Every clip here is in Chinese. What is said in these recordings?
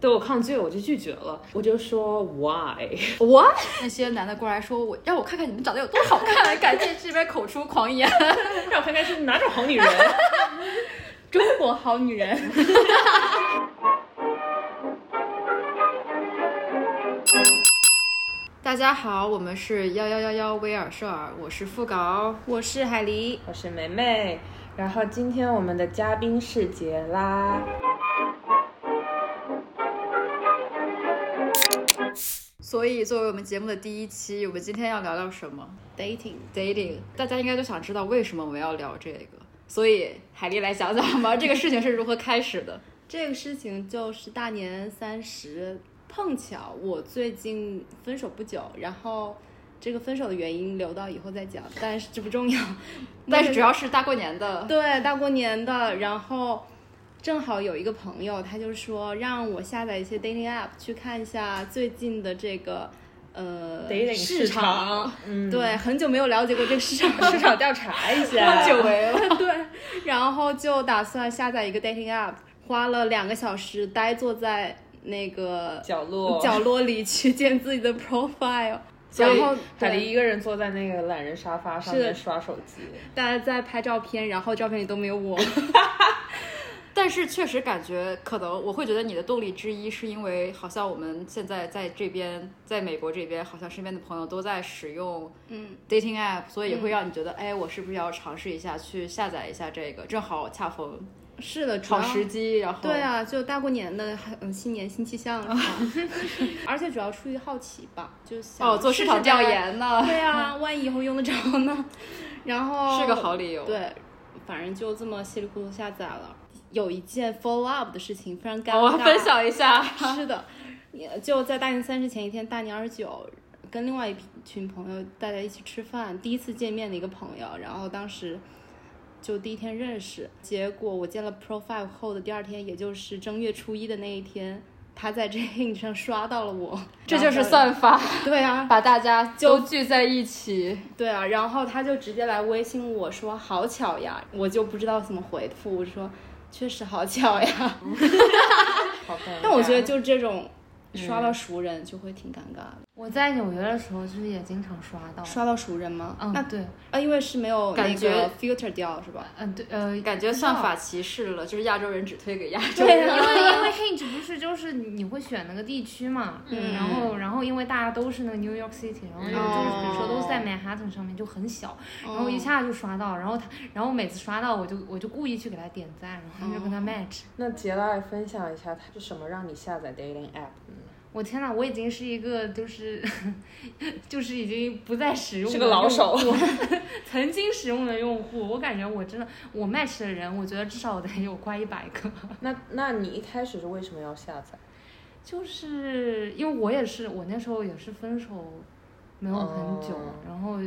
对我抗拒了，我就拒绝了，我就说 why why 那些男的过来说我，让我看看你们长得有多好看，感谢这边口出狂言，让我看看是哪种好女人。中国好女人。 大家好，我们是幺幺幺幺威尔舍尔，我是副稿，我是海狸， 我是梅梅，然后今天我们的嘉宾是杰拉。所以，作为我们节目的第一期，我们今天要聊聊什么 dating ？dating，大家应该都想知道为什么我们要聊这个。所以，海丽来讲讲吧，这个事情是如何开始的？这个事情就是大年三十碰巧我最近分手不久，然后这个分手的原因留到以后再讲，但是这不重要。 但是主要是大过年的，对大过年的，然后正好有一个朋友，他就说让我下载一些 dating app 去看一下最近的这个呃 dating 市场，嗯，对，很久没有了解过这个市场，市场调查一下。久违了。 对，然后就打算下载一个 dating app，花了两个小时呆坐在那个 角落角落里去建自己的 profile，所以然后海狸对一个人坐在那个懒人沙发上是的面刷手 机，大家在拍照片，然后照片里都没有 我。但是确实感觉，可能我会觉得你的动力之一是因为，好像我们现在在这边，在美国这边，好像身边的朋友都在使用嗯 dating app，所以也会让你觉得，哎，我是不是要尝试一下去下载一下这个？正好恰逢是的，主好要时哦机，然后对啊，就大过年的，嗯，新年新气 象啊， 而且主要出于好奇吧，就想哦，做市场调。研呢，对啊，万一以后用得着呢。 然后是个好理由。，对，反正就这么稀里糊涂下载了。有一件 follow up 的事情非常尴尬，哦我要分享一下。 是的，也就在大年三十前一天，大年二十九，跟另外一群朋友大家一起吃饭，第一次见面的一个朋友，然后当时就第一天认识，结果我建了 profile 后的第二天，也就是正月初一的那一天，他在这 ing 上刷到了我，这就是算 法，对啊，把大家都聚在一起。对啊，然后他就直接来微信我说好巧呀，我就不知道怎么回复，我说确实好巧 呀，好看。但我觉得啊就这种刷到熟人就会挺尴尬的，嗯我在纽约的时候，就是也经常刷到。刷到熟人吗？嗯，那对，啊，因为是没有感那觉个 filter 掉是吧？嗯 对，呃，感觉算法歧视了，就是亚洲人只推给亚洲对人。因为因为 Hinge 不是就是你会选那个地区嘛，嗯然后然后因为大家都是那个 New York City，然后就是比如说都是哦在 Manhattan 上面就很小，然后一下就刷到，然后他然后每次刷到我就我就故意去给他点赞，然后就跟哦他 match。那杰拉来分享一下，他是什么让你下载 dating app？我天呐，我已经是一个就是 就是已经不再使用是的个老用手户，曾经使用的用户，我感觉我真的我 match 的人，我觉得至少得有快一百个。 那那你一开始是为什么要下载？就是因为我也是，我那时候也是分手没有很久，哦然后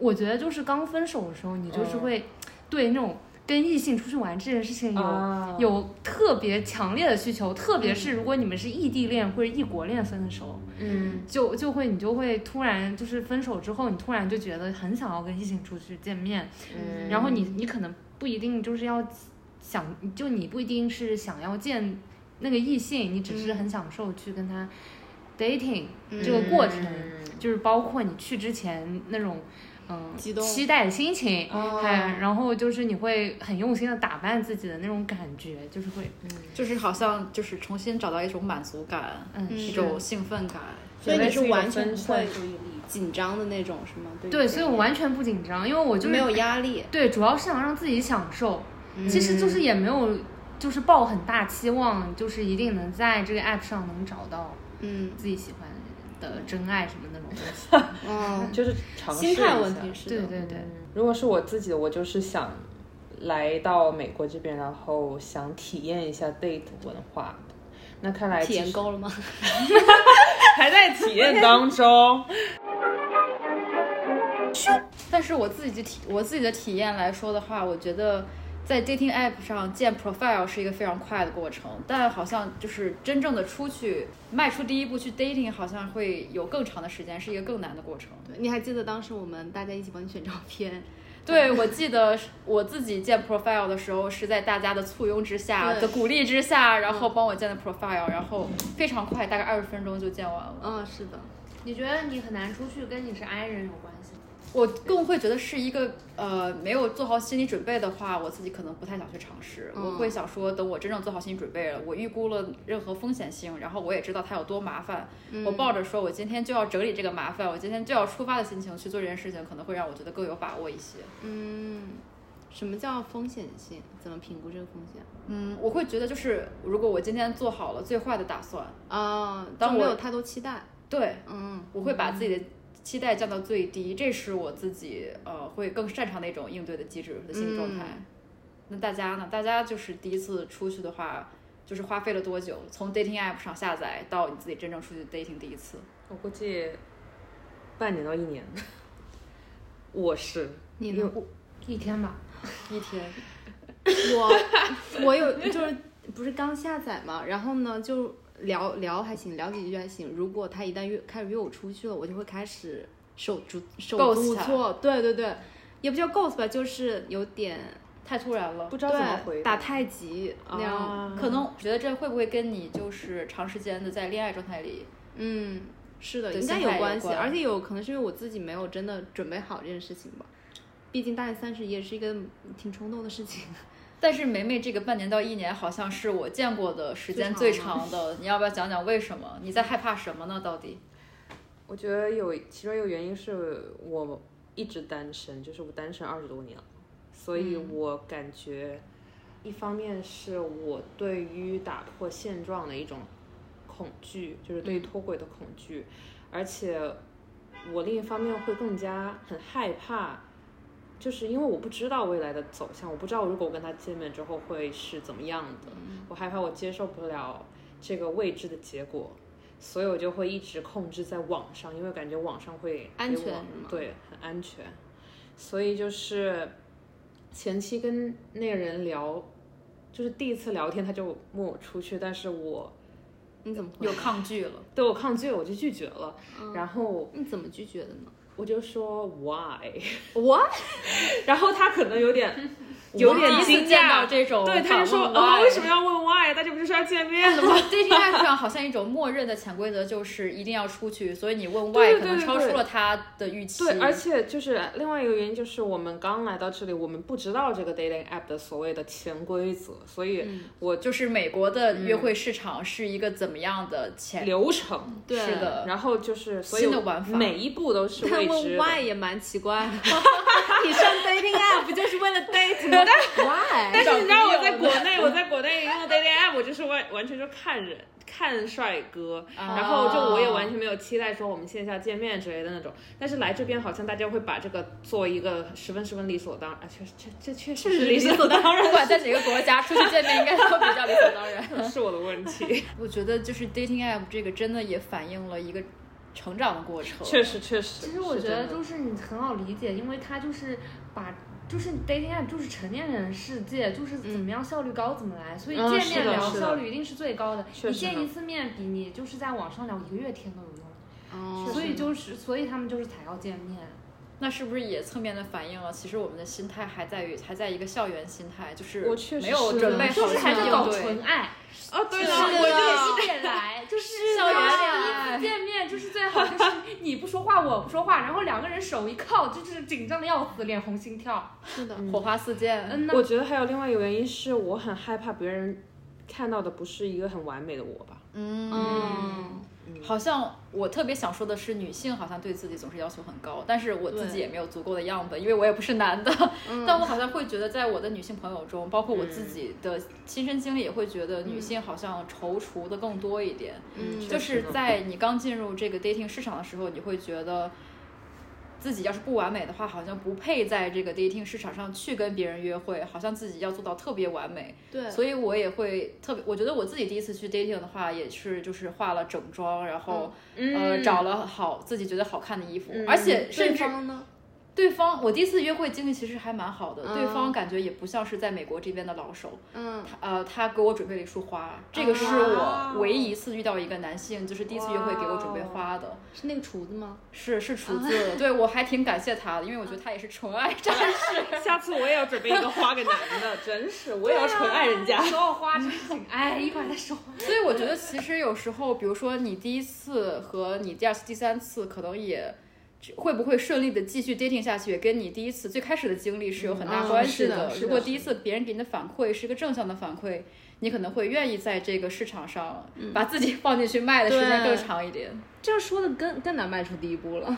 我觉得就是刚分手的时候，你就是嗯会对那种跟异性出去玩这件事情有、啊有特别强烈的需求，特别是如果你们是异地恋或者异国恋分的时候，嗯，就就会你就会突然就是分手之后，你突然就觉得很想要跟异性出去见面，嗯然后你你可能不一定就是要想，就你不一定是想要见那个异性，你只是很享受去跟他 dating 嗯这个过程，嗯就是包括你去之前那种。嗯，激动期待的心情，哦哎，然后就是你会很用心的打扮自己的那种感觉，就是会，就是好像就是重新找到一种满足感，嗯，嗯一是种兴奋感。所以你类是似于一种完全分不散会注意力紧张的那种是吗？对于这个，对，所以我完全不紧张，因为我就是没有压力。对，主要是想让自己享受，嗯其实就是也没有，就是抱很大期望，就是一定能在这个 app 上能找到嗯自己喜欢的真爱什么那种东西。嗯，就是尝试一心下态问题是对的。对对，如果是我自己，我就是想来到美国这边，然后想体验一下 date 文化。那看来体验够了吗？ 还在体 验当中。但是我自己体我自己的体验来说的话，我觉得在 dating app 上建 profile 是一个非常快的过程，但好像就是真正的出去迈出第一步去 dating，好像会有更长的时间，是一个更难的过程。你还记得当时我们大家一起帮你选照片，对，我记得是我自己建 profile 的时候，是在大家的簇拥之下对的鼓励之下，然后帮我建的 profile，然后非常快，大概二十分钟就建完了。嗯，是的，你觉得你很难出去，跟你是 I 人有关系吗？我更会觉得是一个呃没有做好心理准备的话，我自己可能不太想去尝试。嗯我会想说，等我真正做好心理准备了，我预估了任何风险性，然后我也知道它有多麻烦，我抱着说我今天就要整理这个麻烦，我今天就要出发的心情去做这件事情，可能会让我觉得更有把握一些。嗯，什么叫风险性？怎么评估这个风险？嗯，我会觉得就是如果我今天做好了最坏的打算，啊、当就没我有太多期待，对嗯我会把自己的期待降到最低，这是我自己呃会更擅长的一种应对的机制的心理状态。那大家呢？大家就是第一次出去的话，就是花费了多久？从 dating app 上下载到你自己真正出去 dating 第一次，我估计半年到一年。 我是你因呢为？一天吧，一天我我有 就是不是刚下载嘛，然后呢就聊聊还行，聊几句还行。如果他一旦约开始约我出去了，我就会开始手足手 Ghost 足无他措，对对对，也不叫 ghost 吧，就是有点太突然了不。知道怎么对回打太极那样，啊嗯可能觉得这会不会跟你就是长时间的在恋爱状态里，嗯。是的，对应该心有态有关系，关而且有可能是因为我自己没有真的准备好这件事情吧。毕竟大年三十也是一个挺冲动的事情。 但是梅梅这个半年到一年好像是我见过的时间最最长长的，你要不要讲讲为什么？你在害怕什么呢？到 底？我觉得有其中一个原因是我一直单身，就是我单身二十多年了，所以我感觉一方面是我对于打破现状的一种恐惧，就是对于脱轨的恐惧，而且我另一方面会更加很害怕。就是因为我不知道未来的走向，我不知道如果我跟他见面之后会是怎么样的，嗯我害怕我接受不了这个未知的结果，所以我就会一直控制在网上，因为感觉网上会给安全我是吗对，很安全。所以就是前期跟那个人聊，就是第一次聊天他就问我出去，但是我你怎么回有抗拒了。对我抗拒了，我就拒绝了。嗯然后你怎么拒绝的呢？我就说 why，我 然后他可能有点有点第一惊次见到讶。这种对，反他就问 why，说，哦，为什么要问 why？大家不就是要见面的吗？ dating app 上好像一种默认的潜规则就是一定要出去，所以你问 why 对对可能对超出了他的预期。 对，而且就是另外一个原因，就是我们刚来到这里，我们不知道这个 dating app 的所谓的潜规则，所以就是美国的约会市场是一个怎么样的潜、嗯流程，对是的然后就是所以新的玩法每一步都是但未问知 why 的。也蛮奇怪 的。你上 dating app 不就是为了 date 吗 ？why？但是你知道我在国内，我在国内用 dating app，我就是完完全就看人。看帅哥，然后就我也完全没有期待说我们线下见面之类的那种，但是来这边好像大家会把这个做一个十分十分理所当然，啊，确实这这确实是理所当然，不管在哪个国家出去见面，应该都比较理所 当然。是我的问题，我觉得就是 dating app 这个真的也反映了一个成长的过程。 确实确实。其实我是觉真得的就是你很好理解，因为它就是把就是 dating app 就是成年人世界，就是怎么样效率高怎么来，所以嗯见是面的聊是的效率一定是最高的。确你实见呢一次面比你就是在网上聊一个月天都有用，哦所以就是所以他们就是才要见面。那是不是也侧面的反映了，其实我们的心态还在于还在一个校园心态，就是我确实没有是准备好就是去还在应搞对纯爱，哦，对的，是的我就是我就是得来，就是校园第一次见面就是最好，就是 你不说话我不说话，然后两个人手一靠，就是紧张的要死，脸红心跳。是的，火花四溅。嗯呐，我觉得还有另外一个原因是我很害怕别人看到的不是一个很完美的我吧。嗯，好像我特别想说的是，女性好像对自己总是要求很高，但是我对自己也没有足够的样本，因为我也不是男的。 但我好像会觉得，在我的女性朋友中，包括我自己的亲身经历，也会觉得女性好像踌躇的更多一点。嗯确就实是呢在你刚进入这个 dating 市场的时候，你会觉得自己要是不完美的话，好像不配在这个 dating 市场上去跟别人约会，好像自己要做到特别完美。对，所以我也会特别，我觉得我自己第一次去 dating 的话，也是就是化了整呃嗯妆，然后、呃找了好自己觉得好看的衣服，而且嗯对甚至方呢？对方我第一次约会经历其实还蛮好的，嗯对方感觉也不像是在美国这边的老手，嗯他呃他给我准备了一束花，这个是哇我哦唯一一次遇到一个男性，就是第一次约会给我准备花的，是那个厨子吗？是是厨子，对我还挺感谢他的，因为我觉得他也是纯爱战士。下次我也要准备一个花给男的，真是我也要纯爱人家。说我花真情，哎，一会儿再说。所以我觉得其实有时候，比如说你第一次和你第二次、第三次，可能也会不会顺利的继续 dating 下去，也跟你第一次最开始的经历是有很大嗯关是系的是的如果第一次别人给你的反馈是个正向的反馈，你可能会愿意在这个市场上把自己放进去卖的时间嗯对更长一点。 这样说的更更难迈出第一步了。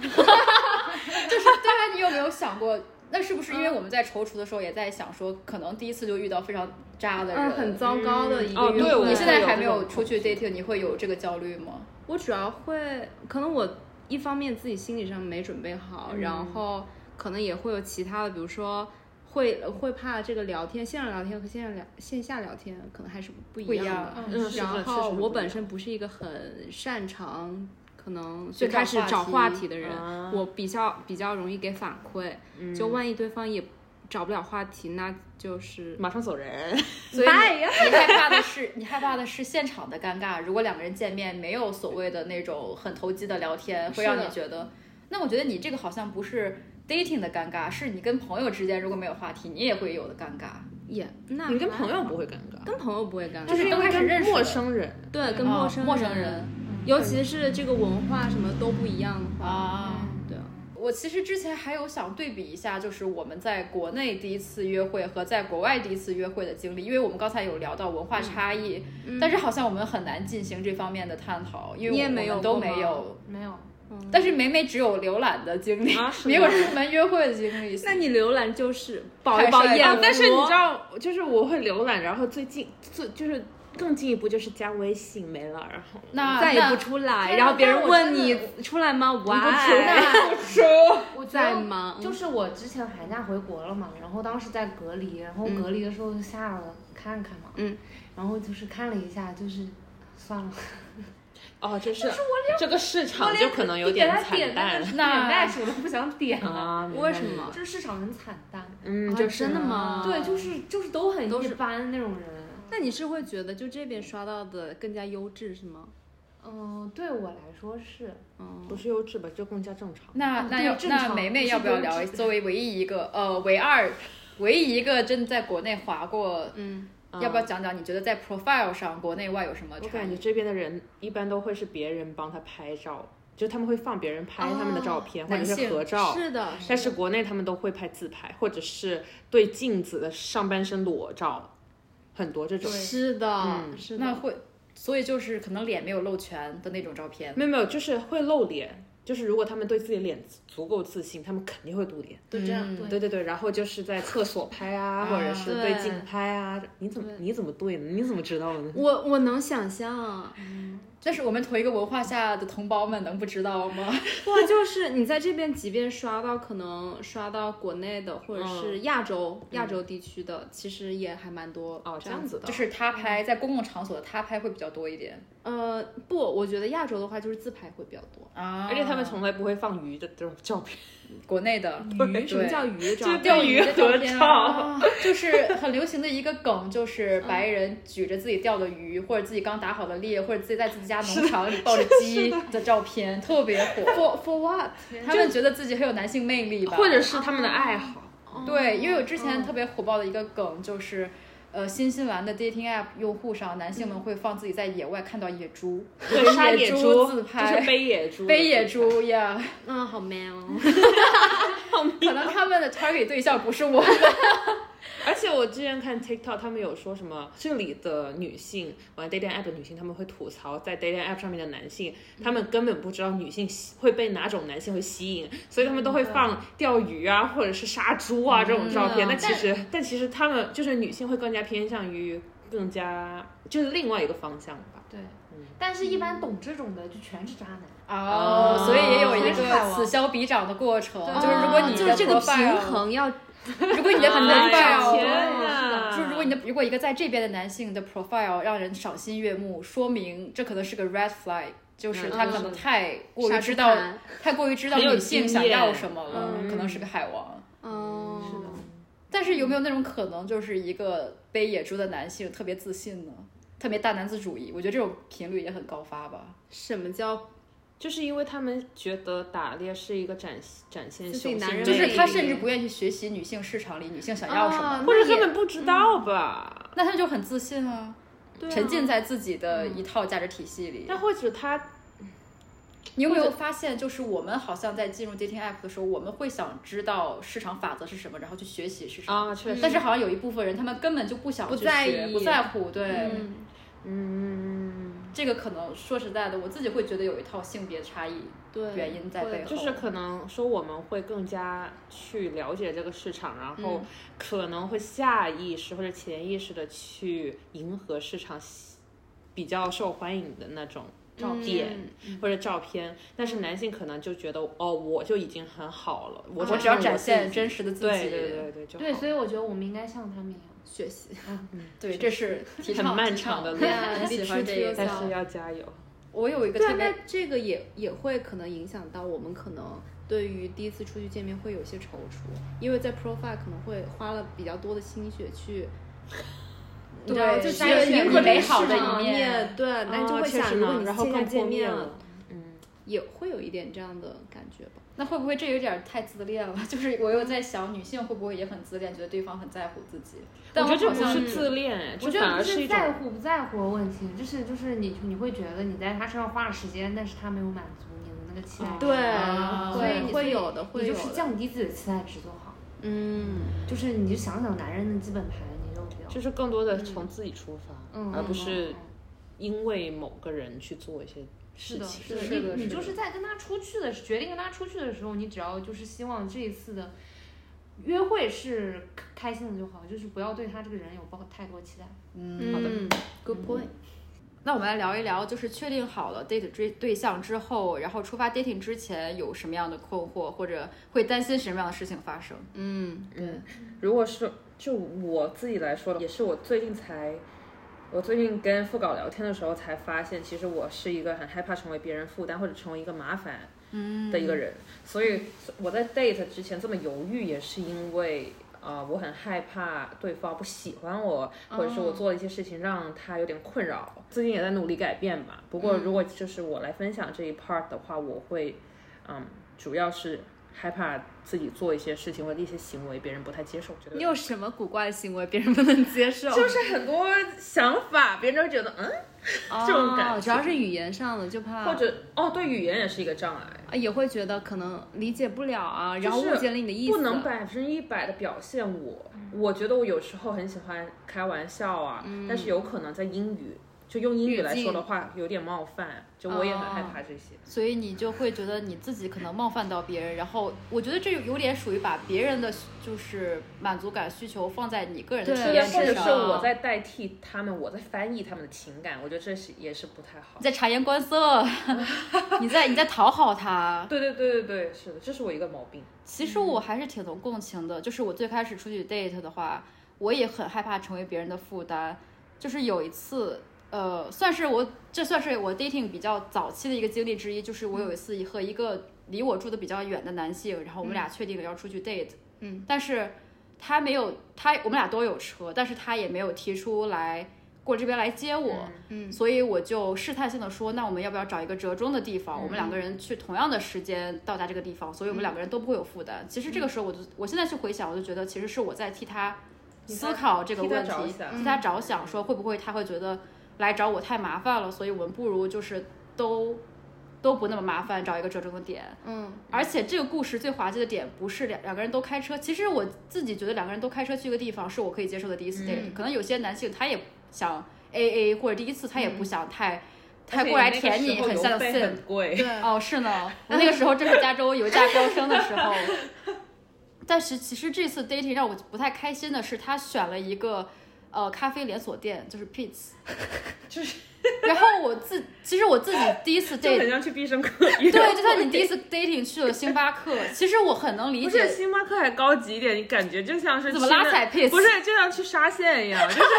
就是对啊，你有没有想过？那是不是因嗯为我们在踌躇的时候也在想说，可能第一次就遇到非常渣的人？ 嗯，很糟糕的一嗯个哦约对会。我你现在有还这没种有出去 dating，你会有这个焦虑吗？我主要会，可能我一方面自己心理上没准备好，然后可能也会有其他的，比如说会会怕这个聊天，线上聊天和线上聊线下聊天可能还是不不一样的。样嗯是的然确实后很不我一本样身不是一个很擅长，可能寻最找开始话找题话题的人，啊我比较比较容易给反馈，嗯就万一对方也找不了话题，那就是马上走人，所以拜你你害怕的是，你害怕的是现场的尴尬。如果两个人见面没有所谓的那种很投机的聊天，会是让的你觉得，那我觉得你这个好像不是 dating 的尴尬，是你跟朋友之间如果没有话题，你也会有的尴尬。也那你跟还朋友好不会尴尬，跟朋友不会尴尬，就是刚开始认识陌的生人，对跟啊陌生陌生人尤其是这个文化什么都不一样的话，啊。对啊，我其实之前还有想对比一下，就是我们在国内第一次约会和在国外第一次约会的经历，因为我们刚才有聊到文嗯化差异，但是好像我们很难进行这方面的探讨，因为你也我没有们都过吗没有。没有，但是梅梅只有浏览的经历，啊是没有吗出门约会的经历。那你浏览就是饱太一饱帅了眼啊福，但是你知道，就是我会浏览，然后最近最就是更进一步就是加微信没了，然后那再也不那出来，对啊然后别人但我问真的你出来吗？我那我觉在得吗？就是我之前寒假回国了嘛，然后当时在隔离，然后隔离的时候就下了看看嘛，嗯，然后就是看了一下，就是算了，哦，就是这个市场就可能有惨淡点那那我都不想点了，啊。明白嗯为什么？就是市场很惨淡，嗯，啊就真的是吗？对，就。是就是都很都一是般那种人。那你是会觉得就这边刷到的更加优质是吗？嗯、对我来说是，嗯，不是优质吧，就更加正常。那那对要正那常梅不梅是要不要优聊质一？作为唯一一个呃唯二唯一一个真的在国内划过，嗯，要不要讲讲你觉得在 profile 上国内外有什么我差感觉异？这边的人一般都会是别人帮他拍照，就他们会放别人拍他们的照片、或者男是性哦合照。啊是的，但是国内他们都会拍自拍，或者是对镜子的上半身裸照，很多这种。是的，嗯是那的。会，所以就是可能脸没有露全的那种照片。没有没有，就是会露脸，就是如果他们对自己脸足够自信，他们肯定会露脸。对这样，嗯对对对，然后就是在厕所拍啊，或者是对镜拍啊，你怎么你怎么对呢？你怎么知道的呢？我我能想象啊，但是我们同一个文化下的同胞们能不知道吗？ 哇，就是你在这边，即便刷到可能刷到国内的或者嗯是亚洲、亚洲地区的，其实也还蛮多哦，这这样样子子的。就是他拍在公共场所的他拍会比较多一点呃，不，我觉得亚洲的话就是自拍会比较多。啊而且他们从来不会放鱼的这种照片，国内的鱼什么叫鱼？就是照钓钓鱼啊的合照片照。啊，就是很流行的一个梗，就是白人举着自己钓的鱼，或者自己刚打好的猎，或者自己在自己家农场里抱着鸡的照片，特别火。 for for what？他们觉得自己很有男性魅力吧？或者是他们的爱好。对，因为我之前特别火爆的一个梗就是。呃，新西兰的 dating app 用户上，男性们会放自己在野外看到野猪，对，跟杀野猪自就是拍，背野猪，背野，猪呀。嗯，好 man 哦。可能他们的 target 对象不是我。而且我之前看 TikTok，他们有说什么这里的女性玩 dating app 的女性，他们会吐槽在 dating app 上面的男性，他嗯们根本不知道女性吸会被哪种男性会吸引，所以他们嗯都会放钓鱼啊，或者是杀猪啊这种照片。嗯但其实，但其实他们就是女性会更加偏向于更加就是另外一个方向吧。对，嗯 但是一般懂这种的就全是渣男。哦，所以也有一所以是海个王此消彼长的过程，啊就是如果你就的是这个 profile 平衡要如果你的 哎呀 profile，天啊是哪！哦就是如果你的如果一个在这边的男性的 profile 让人赏心悦目，说明这可能是个 red flag，就是嗯他可能太过于啥知都道，嗯谈嗯太过于知道很有女性经想验要什么了，嗯可能是个海王。嗯哦，是的但是有没有那种可能，就是一个背野猪的男性特别自信呢？特别大男子主义，我觉得这种频率也很高发吧。什么叫就是因为他们觉得打猎是一个展展现自雄性己男人魅就力是他甚至不愿意去学习女性市场里女性想要什么，哦或者那也根本不知道吧？那他就很自信啊，对啊沉浸在自己的一套价值体系里。但或者他你有没或有者发现，就是我们好像在进入 dating app 的时候，我们会想知道市场法则是什么，然后去学习市场。啊，确实，但是好像有一部分人，他们根本就不想不去在学意不在乎。对，嗯嗯，这个可能说实在的，我自己会觉得有一套性别差异对原因在会背后。就是可能说我们会更加去了解这个市场，然后嗯可能会下意识或者潜意识的去迎合市场喜比较受欢迎的那种照嗯片、或者照片，但是男性可能就觉得哦，我就已经很好了，我我就哦只要是展我自现己真实的自己。嗯对对对对，就对，好所以我觉得我们应该像他们一样。学习？对这是提倡很漫长 的提路倡很喜欢 Be true to 这 yourself 个。但是要加油。我有一个对啊特，别那这个也也会可能影响到我们可能。对于第一次出去见面会有些踌躇，因为在 profile 可能会花了比较多的心血去，你知道对就筛是选迎合美这个好市的场一面对，那就哦会确想，实如果呢你然后线下更见破灭面了，嗯，也会有一点这样的感觉吧。那会不会这有点太自恋了？ 就是我又在想，女性会不会也很自恋，觉得对方很在乎自己？但我觉得这好不像是自恋，我哎这觉反得不而是是一种在乎不在乎的问题，就是就是你你会觉得你在他身上花了时间，但是他没有满足你的那哦个期待值，对啊，所以会哦你会有的，你会有就是的。降低自己的期待值就好，嗯，就是你就想想男人的基本盘，你就比较就是更多的从自己出发，嗯，而不是嗯因为某个人去做一些是事的，情。是的，是的你是你的就是在跟他出去的时决定跟他出去的时候，你只要就是希望这一次的约会是开心的就好，就是不要对他这个人有抱太多期待。嗯，好的嗯，good point。那我们来聊一聊，就是确定好了 date 追对象之后，然后出发 dating 之前有什么样的困惑，或者会担心什么样的事情发生？嗯，嗯，如果是就我自己来说的，也是我最近才，我最近跟副稿聊天的时候才发现，其实我是一个很害怕成为别人负担或者成为一个麻烦的嗯一个人，所以我在 date 之前这么犹豫，也是因为。啊、我很害怕对方不喜欢我，或者是哦我做了一些事情让他有点困扰。最近也在努力改变吧。不过，嗯如果就是我来分享这一 part 的话，我会，嗯，主要是害怕自己做一些事情或者一些行为别人不太接受，觉得你有什么古怪的行为别人不能接受？就是哦很多想法，别人都觉得嗯，这种感觉哦主要是语言上的，就啊怕或者哦，对语言也是一个障碍，啊也会觉得可能理解不了啊，然后就是误解了你的意思。不能百分之一百的表现我。我觉得我有时候很喜欢开玩笑啊，嗯但是有可能在英语就用英语来说的话，有点冒犯，就我也很害哦怕这些。所以你就会觉得你自己可能冒犯到别人，然后我觉得这有点属于把别人的就是满足感需求放在你个人的对体也验或者之是上，我在代替他们，我在翻译他们的情感，我觉得这是也是不太好你。在察言观色， 你在你在讨好他。对对对对对，是的，这是我一个毛病。其实我还是挺能共情的，就是我最开始出去 date 的话，我也很害怕成为别人的负担。就是有一次，呃，算是我这算是我 dating 比较早期的一个经历之一，就是嗯我有一次和一个离我住的比较远的男性，然后我们俩确定了要出去 date，嗯，但是他没有他我们俩都有车，但是他也没有提出来过这边来接我。嗯所以我就试探性的说，那我们要不要找一个折中的地方？我们两个嗯人去同样的时间到达这个地方，所以我们两个人都不会有负担。其实这嗯个时候，我就我现在去回想，我就觉得其实是我在替他替他思考哦这个替他问题着，想替他着想，说会不会他会觉得来找我太麻烦了，所以我们不如就是都都不那么麻烦，找一个折中的点。嗯而且这个故事最滑稽的点不是两两个人都开车，其实我自己觉得两个人都开车去一个地方是我可以接受的第一次 date，、可能有些男性他也想 A A，或者第一次他也不想太、太过来舔你，很像 sim。很贵。对，哦，是呢，我那个时候正是加州油价飙升的时候。但是其实这次 dating 让我不太开心的是，他选了一个呃咖啡连锁店，就是 Pete's，然后我自其实我自己第一次就 date，很像去必胜客一对，样。就像你第一次 dating 去了星巴克，其实我很能理不是解星巴克还高级一点，你感觉就像是怎么去那拉踩 piss 不是就像去沙县 一样，就是就是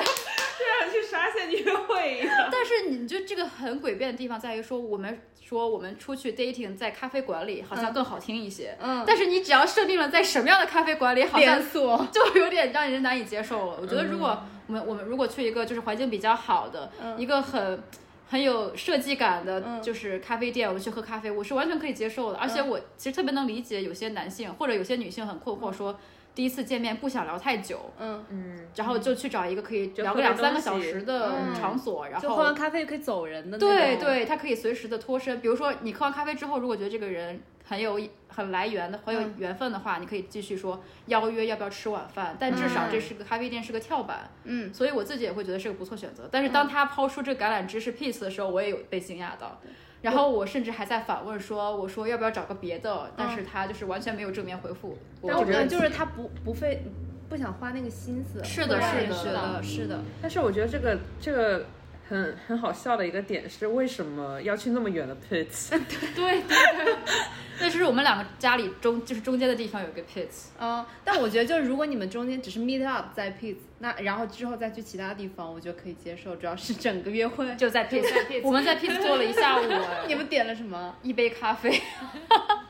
就像去沙县约会一样。但是你就这个很诡辩的地方在于说，我们说我们出去 dating 在咖啡馆里好像更好听一些，嗯，但是你只要设定了在什么样的咖啡馆里，好像连锁， 就有点让人难以接受了。我嗯觉得如果我们我们如果去一个就是环境比较好的，嗯一个很。很有设计感的，嗯就是咖啡店，我们去喝咖啡，我是完全可以接受的。而且嗯我其实特别能理解有些男性或者有些女性很困惑，说第一次见面不想聊太久，嗯，嗯，然后就去找一个可以就聊喝个个两三个东小西时的嗯场所，然就后喝完咖啡可以走人的那种。对对，他可以随时的脱身。比如说，你喝完咖啡之后，如果觉得这个人很有很来源的、很有嗯缘分的话，你可以继续说邀约要不要吃晚饭。但至少这是个咖啡店，是个跳板，嗯，所以我自己也会觉得是个不错选择。但是当他抛出这个橄榄枝是 peace 的时候，我也有被惊讶到。然后我甚至还在反问说：“我说要不要找个别的？”但是他就是完全没有正面回复。嗯但我觉觉得得就是他不不费不想花那个心思。是的对是的是的，是的。 但是我觉得这个这个很很好笑的一个点是，为什么要去那么远的 pits？对对对， 那就是我们两个家里中就是中间的地方有一个 pits。嗯，但我觉得就是如果你们中间只是 meet up 在 Pitts，那然后之后再去其他地方，我觉得可以接受。主要是整个约会， 就在 Peace，我们在 Peace 坐了一下午，哎你们点了什么？嗯一杯咖 啡，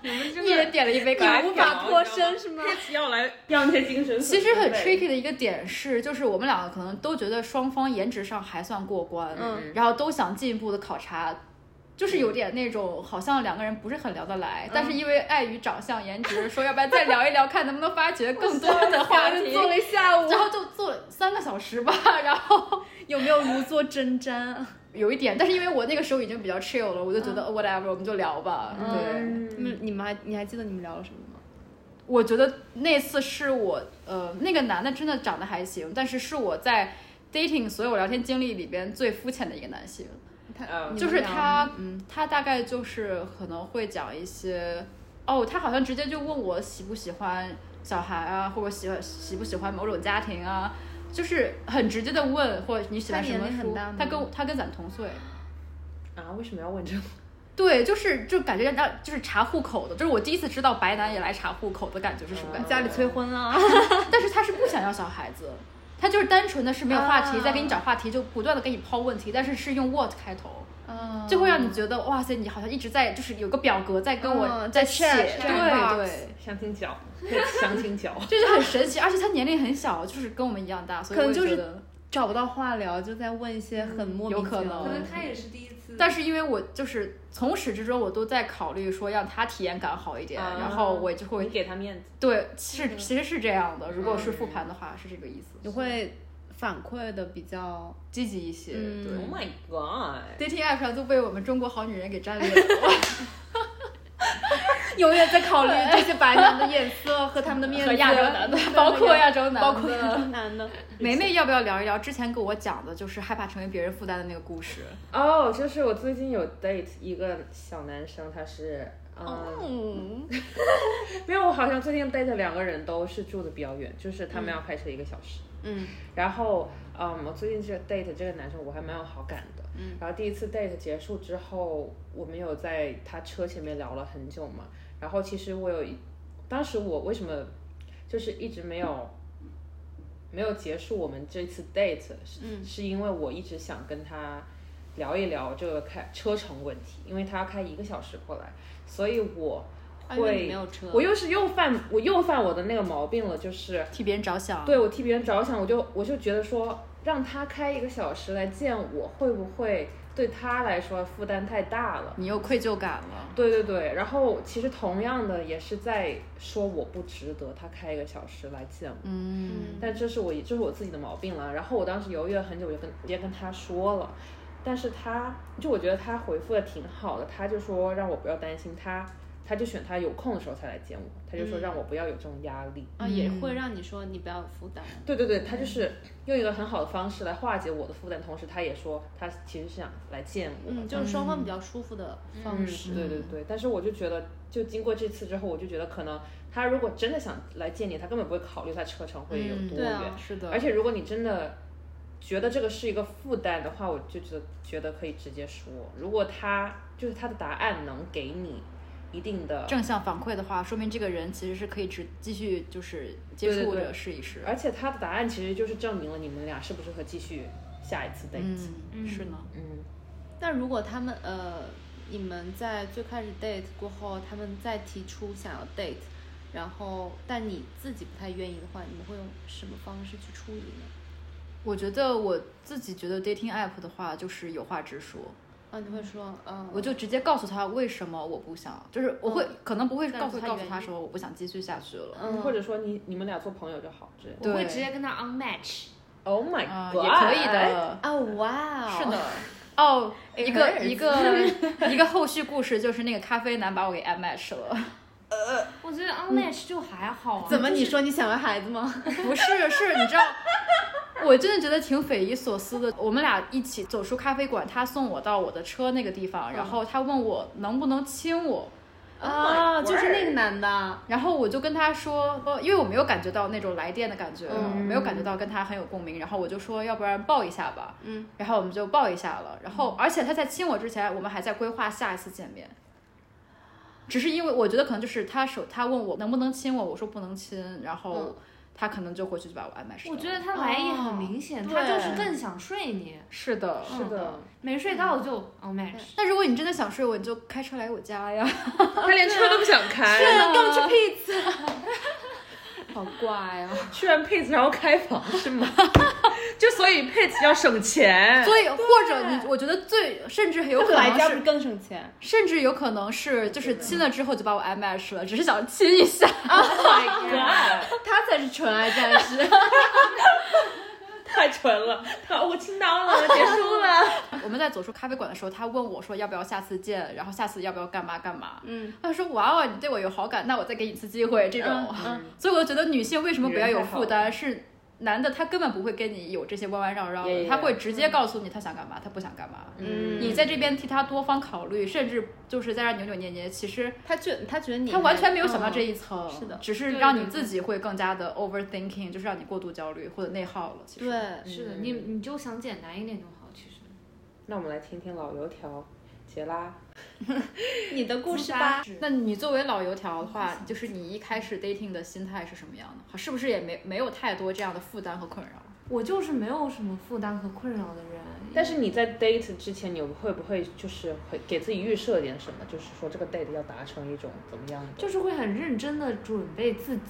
你们这一人点了一杯咖你无啡。法脱身是吗？ pits 要来要那些精神所其谓。实很 tricky 的一个点是，就是我们两个可能都觉得双方颜值上还算过关，嗯然后都想进一步的考察，就是有点那种好像两个人不是很聊得嗯来，但是因为碍于长相颜值，说要不然再聊一聊，看能不能发掘更多的话我题坐。了一下午，然后就坐三个小时吧，然后 有没有如坐针毡？有一点，但是因为我那个时候已经比较 chill 了，我就觉得、哦 whatever，我们就聊吧。对，嗯，你们你们还你还记得你们聊了什么吗？我觉得那次是我，呃，那个男的真的长得还行，但是是我在 dating 所有聊天经历里边最肤浅的一个男性。呃你们就是聊他嗯，他大概就是可能会讲一些，哦，他好像直接就问我喜不喜欢小孩啊，或者喜欢喜不喜欢某种家庭啊，就是很直接的问，或者你喜欢他什么年龄很书大吗。他跟我他跟咱同岁。啊，为什么要问这个？对，就是就感觉到就是查户口的，就是我第一次知道白男也来查户口的感觉是什么感觉。家里催婚啊，但是他是不想要小孩子，他就是单纯的是没有话题，啊在给你找话题，就不断的给你抛问题，但是是用 what 开头，嗯就会让你觉得哇塞，你好像一直在就是有个表格在跟我嗯在在写， check，check 对 box 对，相亲角， 相亲角。就是很神奇，而且他年龄很小，就是跟我们一样大，所以可能我也就是觉得找不到话聊，就在问一些很莫有名可其能妙可的能。他也是第嗯一次但是因为我就是从始至终我都在考虑说让他体验感好一点，啊然后我就 你会给他面子，对嗯是其实是这样的，如果是复盘的话是这个意思，你会反馈的比较，积极一些，嗯对 Oh。my god！ dating app 上都被我们中国好女人给占领了。 永远在考虑这些白男的眼色和他们的面和子，亚洲男的对，包括亚洲男的， 包括亚洲男的， 梅梅要不要聊一聊之前跟我讲的，就是害怕成为别人负担的那个故事？哦就是我最近有 date 一个小男生，他是。嗯，嗯， 没有，我好像最近 date 两个人都是住的比较远，就是他们要开车一个小时。嗯，然后，嗯，我最近这 date 这个男生我还蛮有好感的。嗯，然后第一次 date 结束之后，我们有在他车前面聊了很久嘛。然后其实我有一，当时我为什么就是一直没有没有结束我们这次 date，是、嗯是因为我一直想跟他聊一聊这个开车程问题，因为他要开一个小时过来，所以我啊因为会你没有车，我又是又犯我又犯我的那个毛病了，就是。替别人着想，对我替别人着想，我就我就觉得说，让他开一个小时来见我，会不会对他来说负担太大了？你有愧疚感了。对对对，然后其实同样的也是在说我不值得他开一个小时来见我，嗯，嗯，但这是我这是我自己的毛病了。然后我当时犹豫了很久，我就跟直接跟他说了，但是他就我觉得他回复的挺好的，他就说让我不要担心他。他就选他有空的时候才来见我，他就说嗯让我不要有这种压力。嗯啊也会让你说你不要有负担，对对对，他就是用一个很好的方式来化解我的负担，同时他也说他其实是想来见我。嗯，就是双方比较舒服的方嗯式，对对对，但是我就觉得，就经过这次之后，我就觉得可能他如果真的想来见你，他根本不会考虑他车程会有多嗯对远，啊，是的，而且如果你真的觉得这个是一个负担的话，我就觉得觉得可以直接说。如果他就是他的答案能给你一定的，正向反馈的话，说明这个人其实是可以只继续就是接对对触对着试一试。而且他的答案其实就是证明了你们俩适不适合继续下一次 date。嗯，是呢，嗯，那如果他们呃，你们在最开始 date 过后，他们再提出想要 date，然后但你自己不太愿意的话，你们会用什么方式去处理呢？我觉得我自己觉得 dating app 的话，就是有话直说，啊，你会说，嗯，我就直接告诉他为什么我不想，就是我会、可能不嗯会但告诉会告原诉因他说我不想继续下去了。嗯哦或者说你你们俩做朋友就好之类的。我会对直接跟他 unmatch。 Oh my 啊、 god，也可以。的，啊，哇、哦，是的。哦，一个 hurts 一个一个后续故事就是那个咖啡男把我给 m match 了，我觉得 unmatch 就还好啊。怎么你说你想要孩子吗？不是，是你知道， 我真的觉得挺匪夷所思的。我们俩一起走出咖啡馆，他送我到我的车那个地方，然后他问我能不能亲我，啊，就是那个 word 男的，然后我就跟他说，呃，因为我没有感觉到那种来电的感觉，嗯没有感觉到跟他很有共鸣，然后我就说，要不然抱一下吧，嗯，然后我们就抱一下了，然后而且他在亲我之前，我们还在规划下一次见面。只是因为我觉得可能就是他手，他问我能不能亲我，我说不能亲，然后嗯他可能就回去就把我安排上了。我觉得他来意很明显，他对就是更想睡你，是的，是的，没睡到就 unmatch。那如果你真的想睡我，你就开车来我家呀。嗯他连车都不想 开，跟我去 pizza，好怪哦。居然 Pete 让我开房是吗？ 就所以 Pete 要省钱，所以或者你，我觉得最甚至有有可可来能家不是是，更省钱甚至有可能是就是亲了之后就把我 M H 了，只是想亲一 下。 ？Oh my God，他才是纯爱战士。太纯了。他我亲到了，结束了。我们在走出咖啡馆的时候，他问我说要不要下次见，然后下次要不要干嘛干嘛。嗯他说：“哇哦哇，你对我有好感，那我再给你一次机会。”这种，嗯所以我觉得女性为什么不要女有人太好了负担？是男的他根本不会跟你有这些弯弯绕绕 Yeah, 的， yeah, 他会直接告诉你他想干嘛，他不想干嘛。嗯你在这边替他多方考虑，甚至就是在这儿扭扭捏捏，其实他觉他觉得你他完全没有想到嗯这一层，是的只是对让对你对自己会更加的 overthinking，就是让你过度焦虑或者内耗了。其实，对，是的，你你就想简单一点就好，其实。那我们来听听老油条杰拉，你的故事自吧杀。那你作为老油条的话，就是你一开始 dating 的心态是什么样的？是不是也没没有太多这样的负担和困扰？我就是没有什么负担和困扰的人，但是你在 date 之前，你会不会就是会给自己预设点什么？就是说这个 date 要达成一种怎么样的？就是会很认真的准备自己，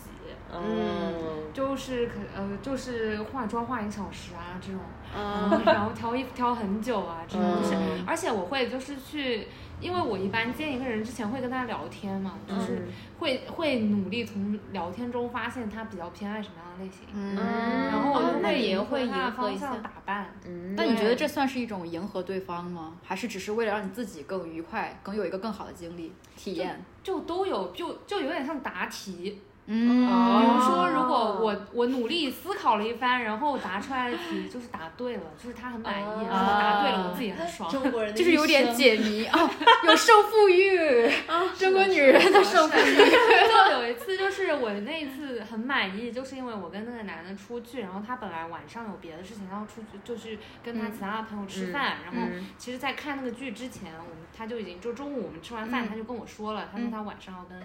嗯，就是可呃就是化妆化一小时啊这种，嗯然后挑衣服挑很久啊这种，就是嗯而且我会就是去，因为我一般见一个人之前会跟他聊天嘛，嗯就是嗯会会努力从聊天中发现他比较偏爱什么样的类型，嗯然后我哦就那会你也迎合会他的迎合一方下向打扮。嗯，那你觉得这算是一种迎合对方吗？还是只是为了让你自己更愉快，更有一个更好的经历体验？就都有，就就有点像答题。嗯，比哦如说，如果我我努力思考了一番，然后答出来的题就是答对了，就是他很满意，啊然后答对了，我自己也很爽。中国人的就是有点一生解谜啊，有胜负欲，啊，中国女人的胜负欲。就有一次，就是我那一次很满意，就是因为我跟那个男的出去，然后他本来晚上有别的事情要出去，就是跟他其他的朋友吃饭，然后其实，在看那个剧之前，我们他就已经就中午我们吃完饭，嗯他就跟我说了，他说嗯他晚上要跟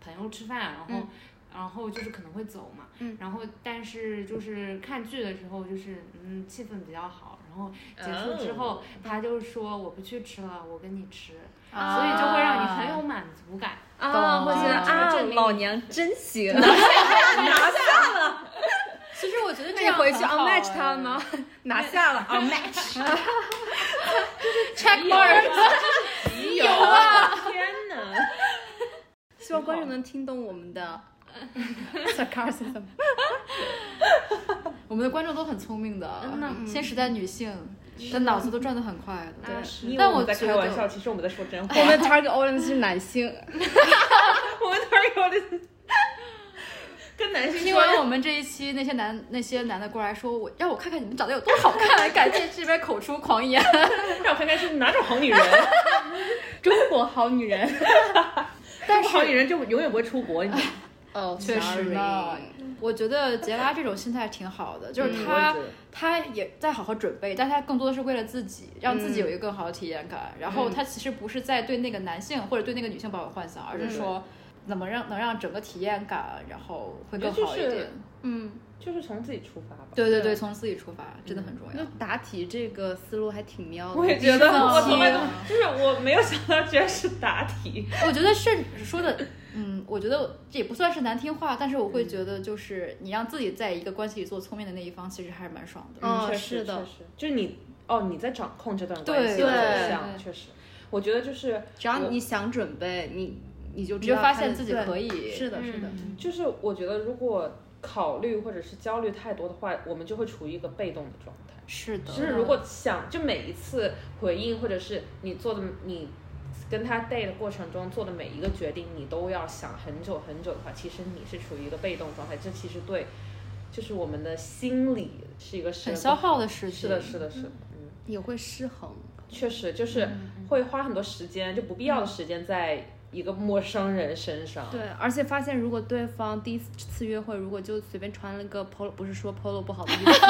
朋友吃饭，然后、嗯然后就是可能会走嘛，嗯然后但是就是看剧的时候，就是嗯气氛比较好，然后结束之后、他就说我不去吃了，我跟你吃，啊所以就会让你很有满足感。懂了啊，会觉得啊证，明老娘真行，其实我觉得那这你样回去很好 unmatch 哎他们 吗？拿下了 unmatch， ？Check mark。有啊！天哪！希望观众能听懂我们的 sarcasm。 我们的观众都很聪明的，嗯呐新时代女性的脑子都转得很快的。啊对，是你以为但我我们在觉开玩得笑，其实我们在说真话。我 们 target audience 是男性，我们哪有的？跟男性听说完我们这一期，那些男那些男的过来说，我让我看看你们长得有多好看，感谢这边口出狂言。 让我看看是哪种好女 人，中国好女人。 但是好女人就永远不会出国，你知道吗？哦，确实呢我觉得杰拉这种心态挺好的，就是嗯他、我也觉得他也在好好准备，但他更多的是为了自己，让自己有一个更好的体验感。然后嗯他其实不是在对那个男性或者对那个女性抱有幻想，而是说怎么让能让整个体验感，然后会更好一我觉得就点是。嗯，就是从自己出发吧。对对对，从自己出发真的很重要那。答题这个思路还挺妙的。 我也觉得，我是从来都啊就是我没有想到居然是答题，我觉得是说的，嗯，我觉得这也不算是难听话，但是我会觉得就是你让自己在一个关系里做聪明的那一方，其实还是蛮爽的。嗯确是实的确实，就是你哦，你在掌控这段关系，对我觉得对像对确实，我觉得就是只要你想准备，你你就你知就道发它现自己对可以，是的，是的，嗯就是，我觉得如果考虑或者是焦虑太多的话，我们就会处于一个被动的状态。是的，就是如果想，就每一次回应或者是你做的你跟他 date 的过程中做的每一个决定，你都要想很久很久的话，其实你是处于一个被动状态，这其实对，就是我们的心理是一个是很消。耗的事情。是的，是的，是的，嗯，也会失衡。确实就是会花很多时间，就不必要的时间在一个陌生人身上。对，而且发现如果对方第一次约会，如果就随便穿了个 polo，不是说 polo 不好的意思，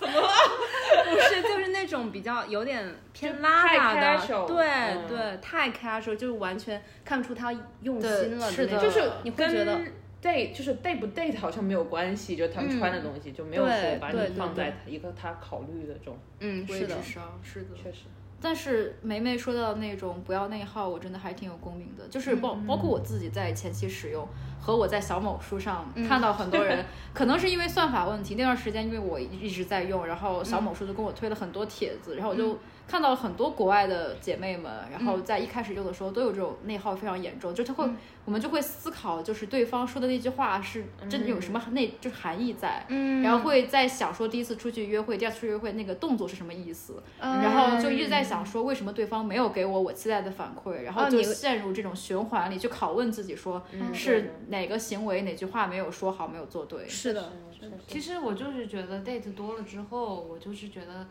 怎么了？ 不是，就是那种比较有点偏邋遢太的， casual，对、嗯对，太 casual，就是完全看不出他用对心了是那的种就是你会觉得跟 date 就是 date 不 date 好像没有关系，就是他们嗯穿的东西、就没有对说把对你对放在一个他考虑的这种，嗯，位是置的，上是的。确实，但是梅梅说到那种不要内耗，我真的还挺有共鸣的，嗯就是包、包括我自己在前期使用和我在小某书上嗯看到很多人， 可能是因为算法问题，那段时间因为我一直在用，然后嗯小某书就跟我推了很多帖子，然后我就看到了很多国外的姐妹们，然嗯后在一开始用的时候都有这种内耗非常严重，就她会、我们就会思考，就是对方说的那句话是真的有什么内、就是含义在，嗯然后会在想说第一次出去约会，第二次出去约会那个动作是什么意思，嗯然后就一直在想说为什么对方没有给我我期待的反馈，然后哦就你陷入这种循环里，去拷问自己说嗯是哪个行为哪句话没有说好，没有做对。是的，确实其实我就是觉得 date 多了之后，我就是觉得，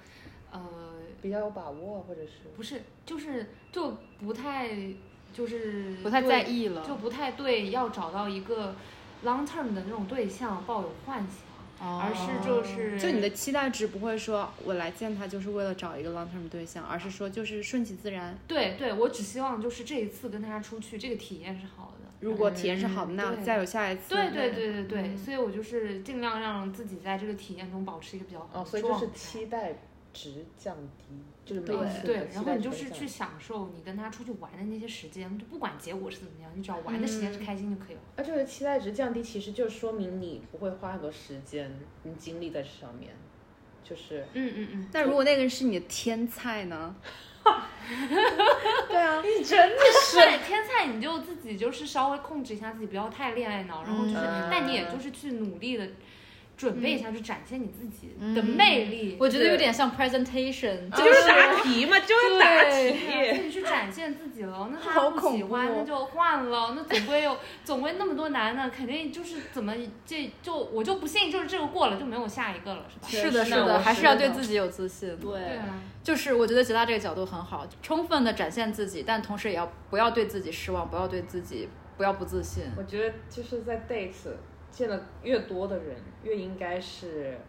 呃，比较有把握，或者是不是，就是就不太就是不太对在意了，就不太对要找到一个 long term 的那种对象抱有幻想，哦而是就是就你的期待值不会说我来见他就是为了找一个 long term 对象，而是说就是顺其自然。对对，我只希望就是这一次跟他出去，这个体验是好的。如果体验是好的，那对再有下一次。对对对对对，所以我就是尽量让自己在这个体验中保持一个比较好哦，的所以状态。就是期待值降低，就是每一次的对，期然后待你值就是降去低享受你跟他出去玩的那些时间，就不管结果是怎么样，你只要玩的时间是开心就可以了。而这个期待值降低，其实就说明你不会花很多时间、你精力在这上面，就是嗯嗯嗯，那如果那个人是你的天菜呢？对啊，你真的对，天菜你就自己就是稍微控制一下自己，不要太恋爱脑，然后就是，嗯但你也就是去努力的准备一下，去展现你自己的魅力。我觉得是有点像 presentation， 这就就是是答题嘛，就是答对对啊题。自己去展现自己了，那好他不恐喜怖欢、哦那就换了，那总归有总归那么多男的，肯定就是怎么这就我就不信就是这个过了就没有下一个了，是 吧？是的，是是的的，我还是是要的对自己有自信。对啊，就是我觉得吉拉这个角度很好，充分的展现自己，但同时也要不要对自己失望，不要对自己不要不自信。我觉得就是在 date 见的越多的人，越应该是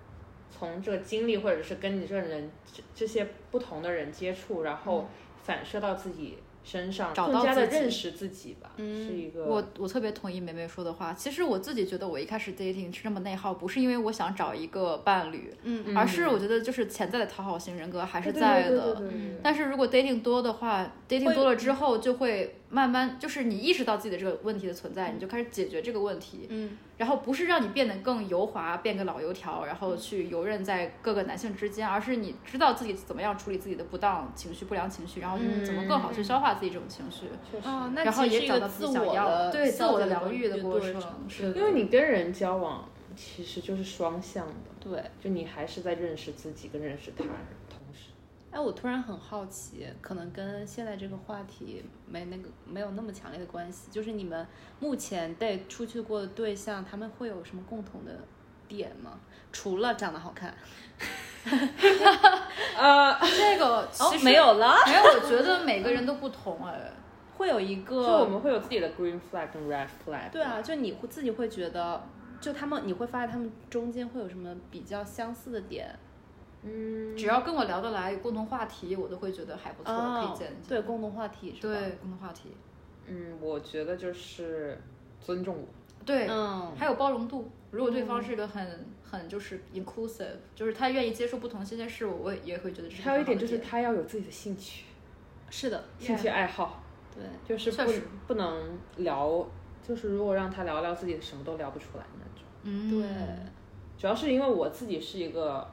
从这个经历，或者是跟你这个人这这些不同的人接触，然后反射到自己身上，嗯找到更加的自己认识自己吧，嗯是一个我我特别同意梅梅说的话。其实我自己觉得，我一开始 dating 是这么内耗，不是因为我想找一个伴侣，嗯，而是我觉得就是潜在的讨好型人格还还是在的。嗯但是如果 dating 多的话，dating 多了之后，就会慢慢就是你意识到自己的这个问题的存在，你就开始解决这个问题。嗯，然后不是让你变得更油滑，变个老油条，然后去游刃在各个男性之间，而是你知道自己怎么样处理自己的不当情绪、不良情绪，然后你怎么更好去消化自己这种情绪。确实，哦，那然后其实也是一找个到自自己想我要的对自消我的解疗愈的过对程是因为你跟人交往其实就是双向的，对，就你还是在认识自己跟认识他人同时。哎，我突然很好奇，可能跟现在这个话题没那个没有那么强烈的关系，就是你们目前带出去过的对象，他们会有什么共同的点吗？除了长得好看，呃，这个其实、没有了。哦哦 没有，我觉得每个人都不同哎。会有一就我个，们会有自己的 green flag 跟 red flag。对啊，就你会自己会觉得，就他们你会发现他们中间会有什么比较相似的点，嗯，只要跟我聊得来，有共同话题，我都会觉得还不错，可以哦见一下。对共同话题是吧？对，共同话题，嗯，我觉得就是尊重我。对，嗯，还有包容度。如果对方是一个很、很就是 inclusive，就是他愿意接受不同新鲜事物，我也会觉得这是还有一点就很好的是他要有自己的兴趣、是的，兴趣爱好，对，就是确不实不能聊，就是如果让他聊聊自己什么都聊不出来那种。嗯对主要是因为我自己是一个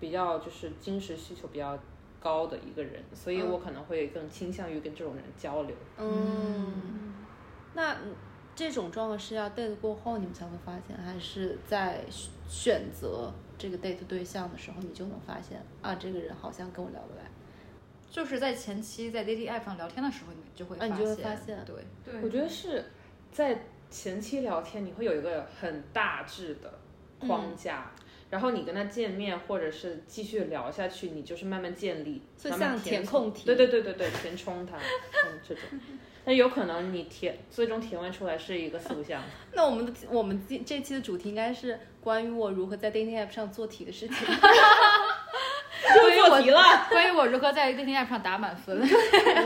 比较就是精神需求比较高的一个人，所嗯以我可能会更倾向于跟这种人交流。嗯，那这种状况是要 date 过后你们才会发现，还是在选选择这个 date 对象的时候你就能发现啊，这个人好像跟我聊得来，就是在前期在 dating app 上聊天的时候，你就会啊你就会发现对，对我觉得是在前期聊天，你会有一个很大致的嗯框架，然后你跟他见面或者是继续聊下去，你就是慢慢建立，所以慢慢像填填充空题对对对对对，填充它，嗯， 这种。但有可能你填最终填问出来是一个四不 像，那我们的我们这这期的主题应该是关于我如何在 dating app 上做题的 事情。 就做题了。关于我如何在 dating app 上打满分， Oh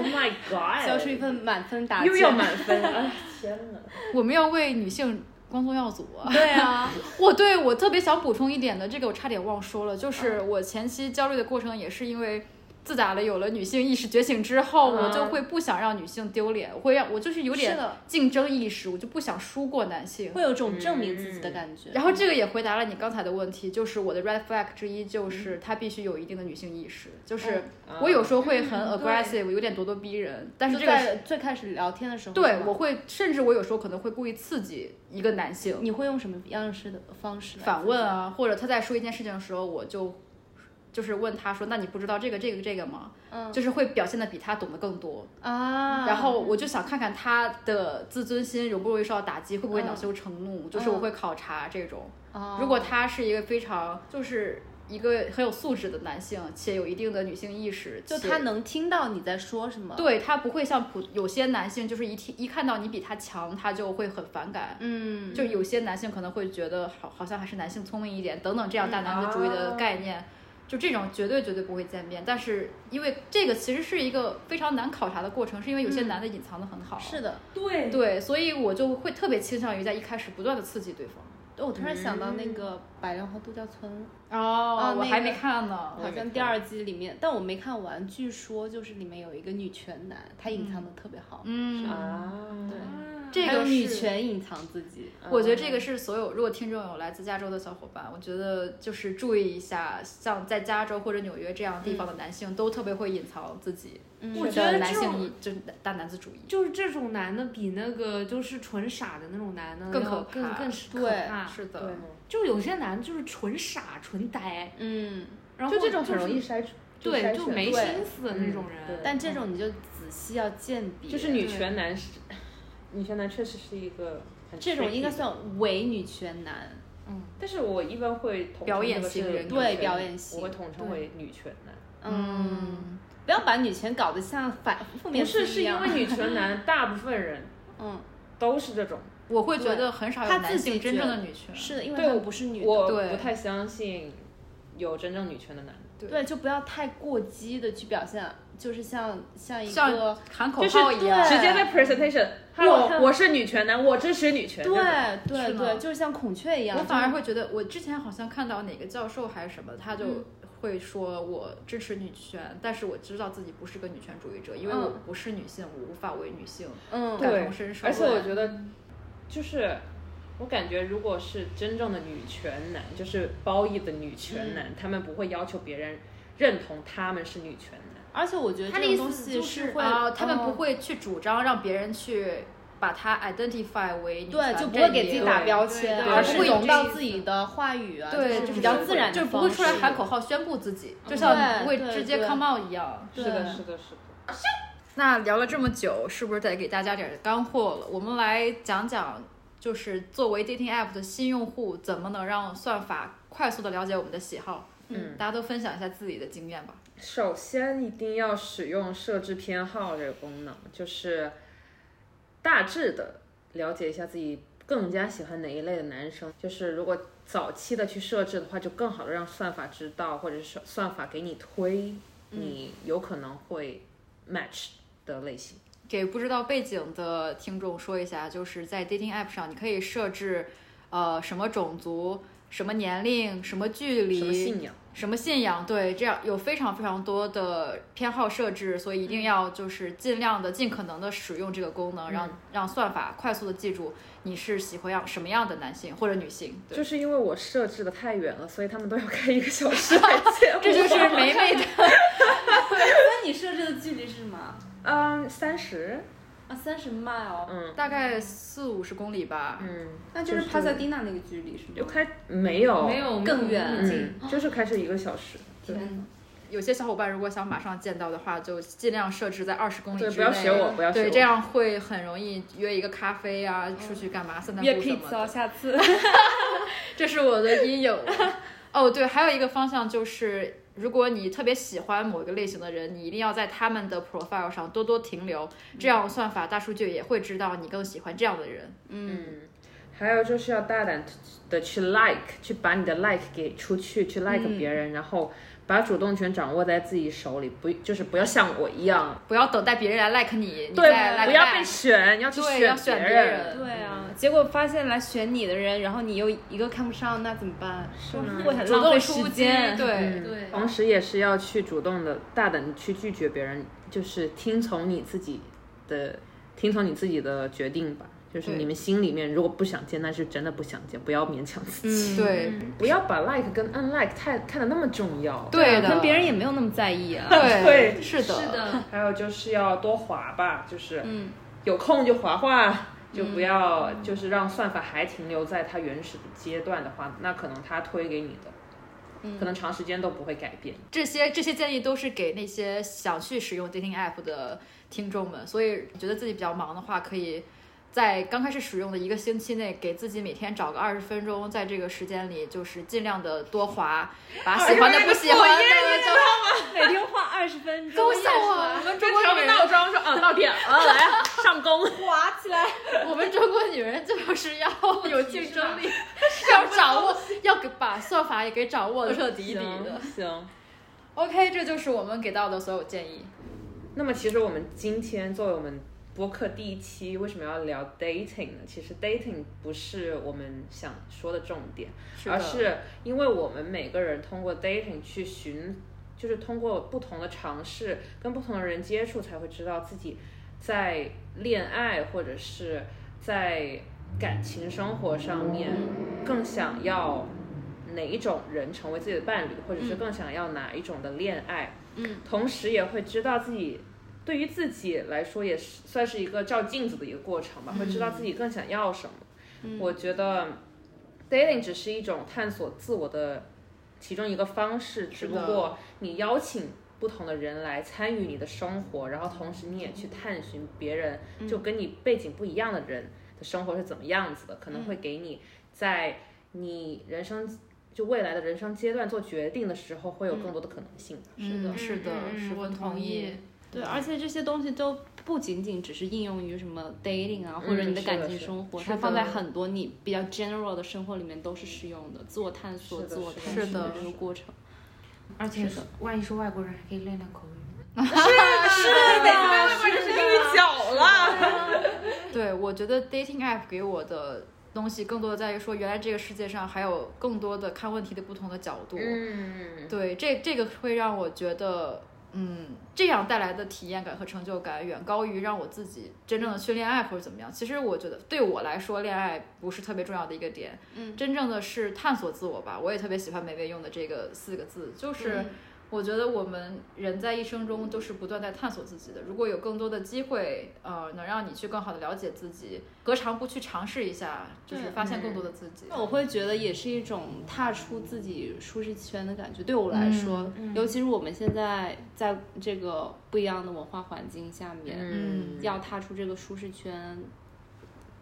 my god！交出一哎份满分答卷。又要满分， 哎天哪！我们要为女性光宗耀祖啊！对啊，我对我特别想补充一点的，这个我差点忘说了，就是我前期焦虑的过程也是因为。自打了有了女性意识觉醒之后，嗯我就会不想让女性丢脸，我会让我就是有点是的竞争意识，我就不想输过男性。会有嗯种证明自己的感觉。嗯然后这个也回答了你刚才的问题，就是我的 red flag 之一嗯就是他必须有一定的女性意识，哦就是我有时候会很 aggressive，有点咄咄逼人，但是嗯就这个是在最开始聊天的时候，对我会，甚至我有时候可能会故意刺激一个男性，你会用什么样式的方式来反问啊，或者他在说一件事情的时候，我就就是问他说：“那你不知道这个这个这个吗？”嗯就是会表现的比他懂得更多，啊？然后我就想看看他的自尊心容不容易受到打击，会不会恼羞成怒，就是嗯我会考察这种。啊如果他是一个非常就是一个很有素质的男性，且有一定的女性意识，就且他能听到你在说什么，，对他不会像普有些男性，就是一听一看到你比他强，他就会很反感。嗯，就有些男性可能会觉得好，好像还是男性聪明一点等等嗯这样大男子主义的哦概念，就这种绝对绝对不会见面。但是因为这个其实是一个非常难考察的过程，是因为有些男的隐藏的很好，嗯是的。对对，所以我就会特别倾向于在一开始不断的刺激对方。哦我突然想到那个《百梁湖度假村》，哦那我还没个哦看呢。好像第二季里面，但我没看完。据说就是里面有一个女权男，他隐藏的特别好，嗯，啊，对这还有个女是权隐藏自己，我觉得嗯嗯这个是所有，如果听众有来自加州的小伙伴，我觉得就是注意一下，像在加州或者纽约这样地方的男性，都特别会隐藏自己嗯我觉的得男这性种意，就是大男子主义。就是这种男的比那个就是纯傻的那种男的更要可怕更更是可啊对怕。是的对，，就有些男的就是纯傻纯呆，嗯，然后就这种是很容易筛，对就没对心思的那种嗯对人。但这种你就仔细要鉴别，就是女权男是，女权男确实是一个很这种应该 tricky 的，算伪女权男，但是我一般会统称表演这个是型人格女对权表演型我会统称为女权男。嗯，不要把女权搞得像反负面不是，词是一因样为女权 男大部分人嗯，都是这种，我会觉得很少有他男自己性真正觉的得女权。是的，因为对他们不是女的，我对不太相信有真正女权的男的。对对，就不要太过激的去表现，就是像像一像个喊口就是号一样，直接在 presentation，我 hello，我是女权男，我支持女权。对这种对是吗对，就是像孔雀一样，我反而就是会觉得，我之前好像看到哪个教授还是什么，他就嗯会说我支持女权，但是我知道自己不是个女权主义者，因为我嗯不是女性，我无法为女性嗯对感同身受。而且我觉得，就是我感觉，如果是真正的女权男，就是褒义的女嗯权男，他们不会要求别人认同他们是女权男。而且我觉得他这的意种东思西就是会啊、他们嗯不会去主张让别人去把它 identify 为女对，权就不会阵给营自己打对标签，对而对是对融到对自己的话语啊，对，就是比较不自然的，就是不会出来喊口。号宣布自己，就像不会嗯对对直接对 come out 一样。对是的，是的，是的。那聊了这么久，是不是得给大家点儿干货了？我们来讲讲，就是作为 dating app 的新用户，怎么能让算法快速的了解我们的喜好？嗯，大家都分享一下自己的经验吧。首先一定要使用设置偏好这个功能，就是大致的了解一下自己更加喜欢哪一类的男生。就是如果早期的去设置的话，就更好的让算法知道，或者是算法给你推你有可能会 match 的类型。给不知道背景的听众说一下，就是在 dating app 上，你可以设置，呃，什么种族、什么年龄、什么距离、什么信仰？什么信仰，对，这样有非常非常多的偏好设置，所嗯以一定要就是尽量的、尽可能的使用这个功能，嗯让让算法快速的记住你是喜欢样什么样的男性或者女性。对，就是因为我设置的太远了，所以他们都要开一个小时 来见我。这就是 梅梅的那你设置的距离是什么？嗯三十，啊，三十 mile，嗯大概四五十公里吧。嗯，那就是就是帕萨蒂娜那个距离是吗？就开没有没有更远那么近嗯，就是开车一个小时。对天哪！有些小伙伴如果想马上见到的话，就尽量设置在二十公里之对，内。不要学我，不要学我。对，这样会很容易约一个咖啡啊，出哦去干嘛散散约步什 p 么 z 哦，的。下次。这是我的阴影。 哦，对，还有一个方向就是，如果你特别喜欢某一个类型的人，你一定要在他们的 profile 上多多停留，这样算法大数据也会知道你更喜欢这样的人。嗯，还有就是要大胆的去 like，去把你的 like 给出去，嗯去 like 别人，然后把主动权掌握在自己手里，不就是不要像我一样，不要等待别人来 like 你，你对再，like 不要被 back 选，要去对选要选别嗯别人对啊，结果发现来选你的人，然后你又一个看不上，那怎么办？是会很主浪费动出时击。间。嗯对，对同时也是要去主动的、大胆的去拒绝别人，就是听从你自己的，听从你自己的决定吧。就是对你们心里面如果不想见，那是真的不想见，不要勉强自己，嗯，对嗯不要把 like 跟 unlike 太看得那么重要。对可能的，别人也没有那么在意啊。 对对是的，是的，还有就是要多滑吧，就是嗯，有空就滑滑，就不要、就是让算法还停留在它原始的阶段的话，那可能它推给你的，可能长时间都不会改变。这些这些建议都是给那些想去使用 dating app 的听众们，所以觉得自己比较忙的话，可以在刚开始使用的一个星期内，给自己每天找个二十分钟，在这个时间里就是尽量的多滑，把喜欢的不喜欢的就嗯每天花二十分钟，都像我我们中国女人，钟说啊，到点了，来上工。滑起来。我们中国女人就是要有竞争力，要掌握，要给把算法也给掌握的彻底底的。行。 OK，这就是我们给到的所有建议。那么其实我们今天作为我们播客第一期，为什么要聊 dating 呢？其实 dating 不是我们想说的重点，而啊的是因为我们每个人通过 dating 去寻，就是通过不同的尝试跟不同的人接触，才会知道自己在恋爱或者是在感情生活上面更想要哪一种人成为自己的伴侣，或者嗯是更想要哪一种的恋爱。嗯，同时也会知道自己。对于自己来说，也是算是一个照镜子的一个过程吧，嗯会知道自己更想要什么。我觉得 dating 只是一种探索自我的其中一个方式，只是的不过你邀请不同的人来参与你的生活，然后同时你也去探寻别人，嗯就跟你背景不一样的人的生活是怎么样子的，可能会给你在你人生就未来的人生阶段做决定的时候，会有更多的可能性。是的，是的，嗯嗯十我分同同意。对，而且这些东西都不仅仅只是应用于什么 dating 啊，或者嗯你的是感的情是生活，是它放的在很多你比较 general 的生活里面都是适用的，自我探索、是的自我是的探是寻的的这个过程。而且是的万一是外国人，还可以练练口语。对呀，或者是英语角了。对，我觉得 dating app 给我的东西更多的在于说，原来这个世界上还有更多的看问题的不同的角度。嗯，对，这这个会让我觉得，嗯，这样带来的体验感和成就感远高于让我自己真正的去恋爱或者怎么样。其实我觉得对我来说，恋爱不是特别重要的一个点，嗯真正的是探索自我吧。我也特别喜欢美薇用的这个四个字，就是。嗯我觉得我们人在一生中都是不断在探索自己的。如果有更多的机会，呃，能让你去更好的了解自己，何尝不去尝试一下，就是对嗯发现更多的自己？那我会觉得也是一种踏出自己舒适圈的感觉。对我来说，尤其是我们现在在这个不一样的文化环境下面，嗯要踏出这个舒适圈，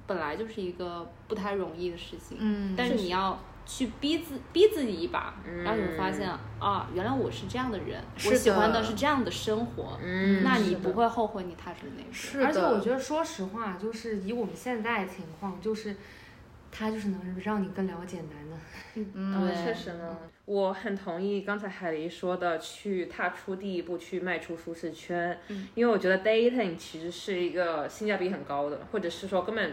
本来就是一个不太容易的事情。嗯但是确你要去逼自逼自己一把，嗯然后你会发现啊，原来我是这样的人，是我喜欢的的是这样的生活，嗯那你是的不会后悔你踏出那一步。是的，而且我觉得，说实话，就是以我们现在的情况，就是他就是能让你更了解男的。嗯，对确实呢，我很同意刚才海狸说的，去踏出第一步，去迈出舒适圈。嗯因为我觉得 dating 其实是一个性价比很高的，或者是说根本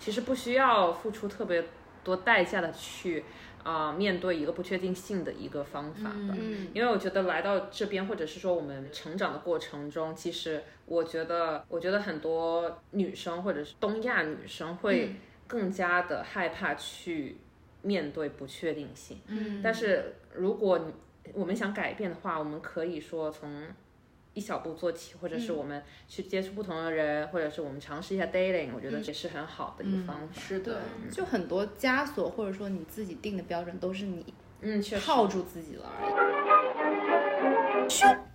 其实不需要付出特别多代价的去啊、呃面对一个不确定性的一个方法吧。嗯因为我觉得来到这边，或者是说我们成长的过程中，其实我觉得，我觉得很多女生或者是东亚女生会更加的害怕去面对不确定性。嗯但是如果你我们想改变的话，我们可以说从一小步做起，或者是我们去接触不同的人，或者是我们尝试一下 dating，我觉得这是很好嗯的一个嗯方法。是的，就很多枷锁或者说你自己定的标准都是你嗯，确实。套住自己了而已。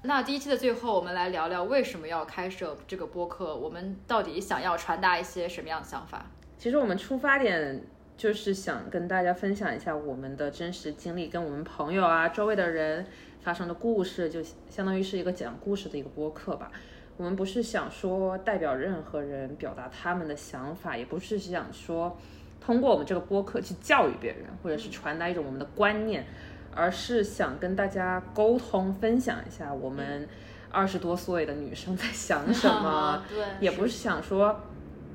那第一期的最后，我们来聊聊为什么要开设这个播客，我们到底想要传达一些什么样的想法？其实我们出发点就是想跟大家分享一下我们的真实经历，跟我们朋友啊、周围的人发生的故事，就相当于是一个讲故事的一个播客吧。我们不是想说代表任何人表达他们的想法，也不是想说通过我们这个播客去教育别人，或者是传达一种我们的观念，而是想跟大家沟通、分享一下我们二十多岁的女生在想什 么，啊对也不是想说，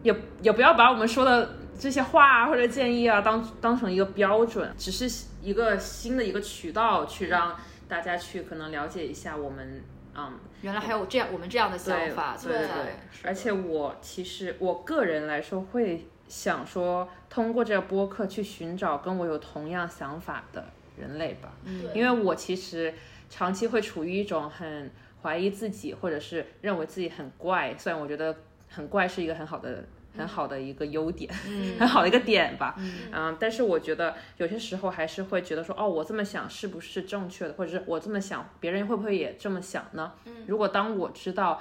也也不要把我们说的这些话啊或者建议啊当当成一个标准，只是一个新的一个渠道去让大家去可能了解一下我们，嗯，原来还有这样我们这样的想对法对存对在，对，是的而且我其实我个人来说会想说，通过这个播客去寻找跟我有同样想法的人类吧，嗯因为我其实长期会处于一种很怀疑自己，或者是认为自己很怪。虽然我觉得很怪是一个很好的、很好的一个优点，嗯 很好的一个点吧。嗯嗯，但是我觉得有些时候还是会觉得说，哦，我这么想是不是正确的，或者是我这么想，别人会不会也这么想呢？如果当我知道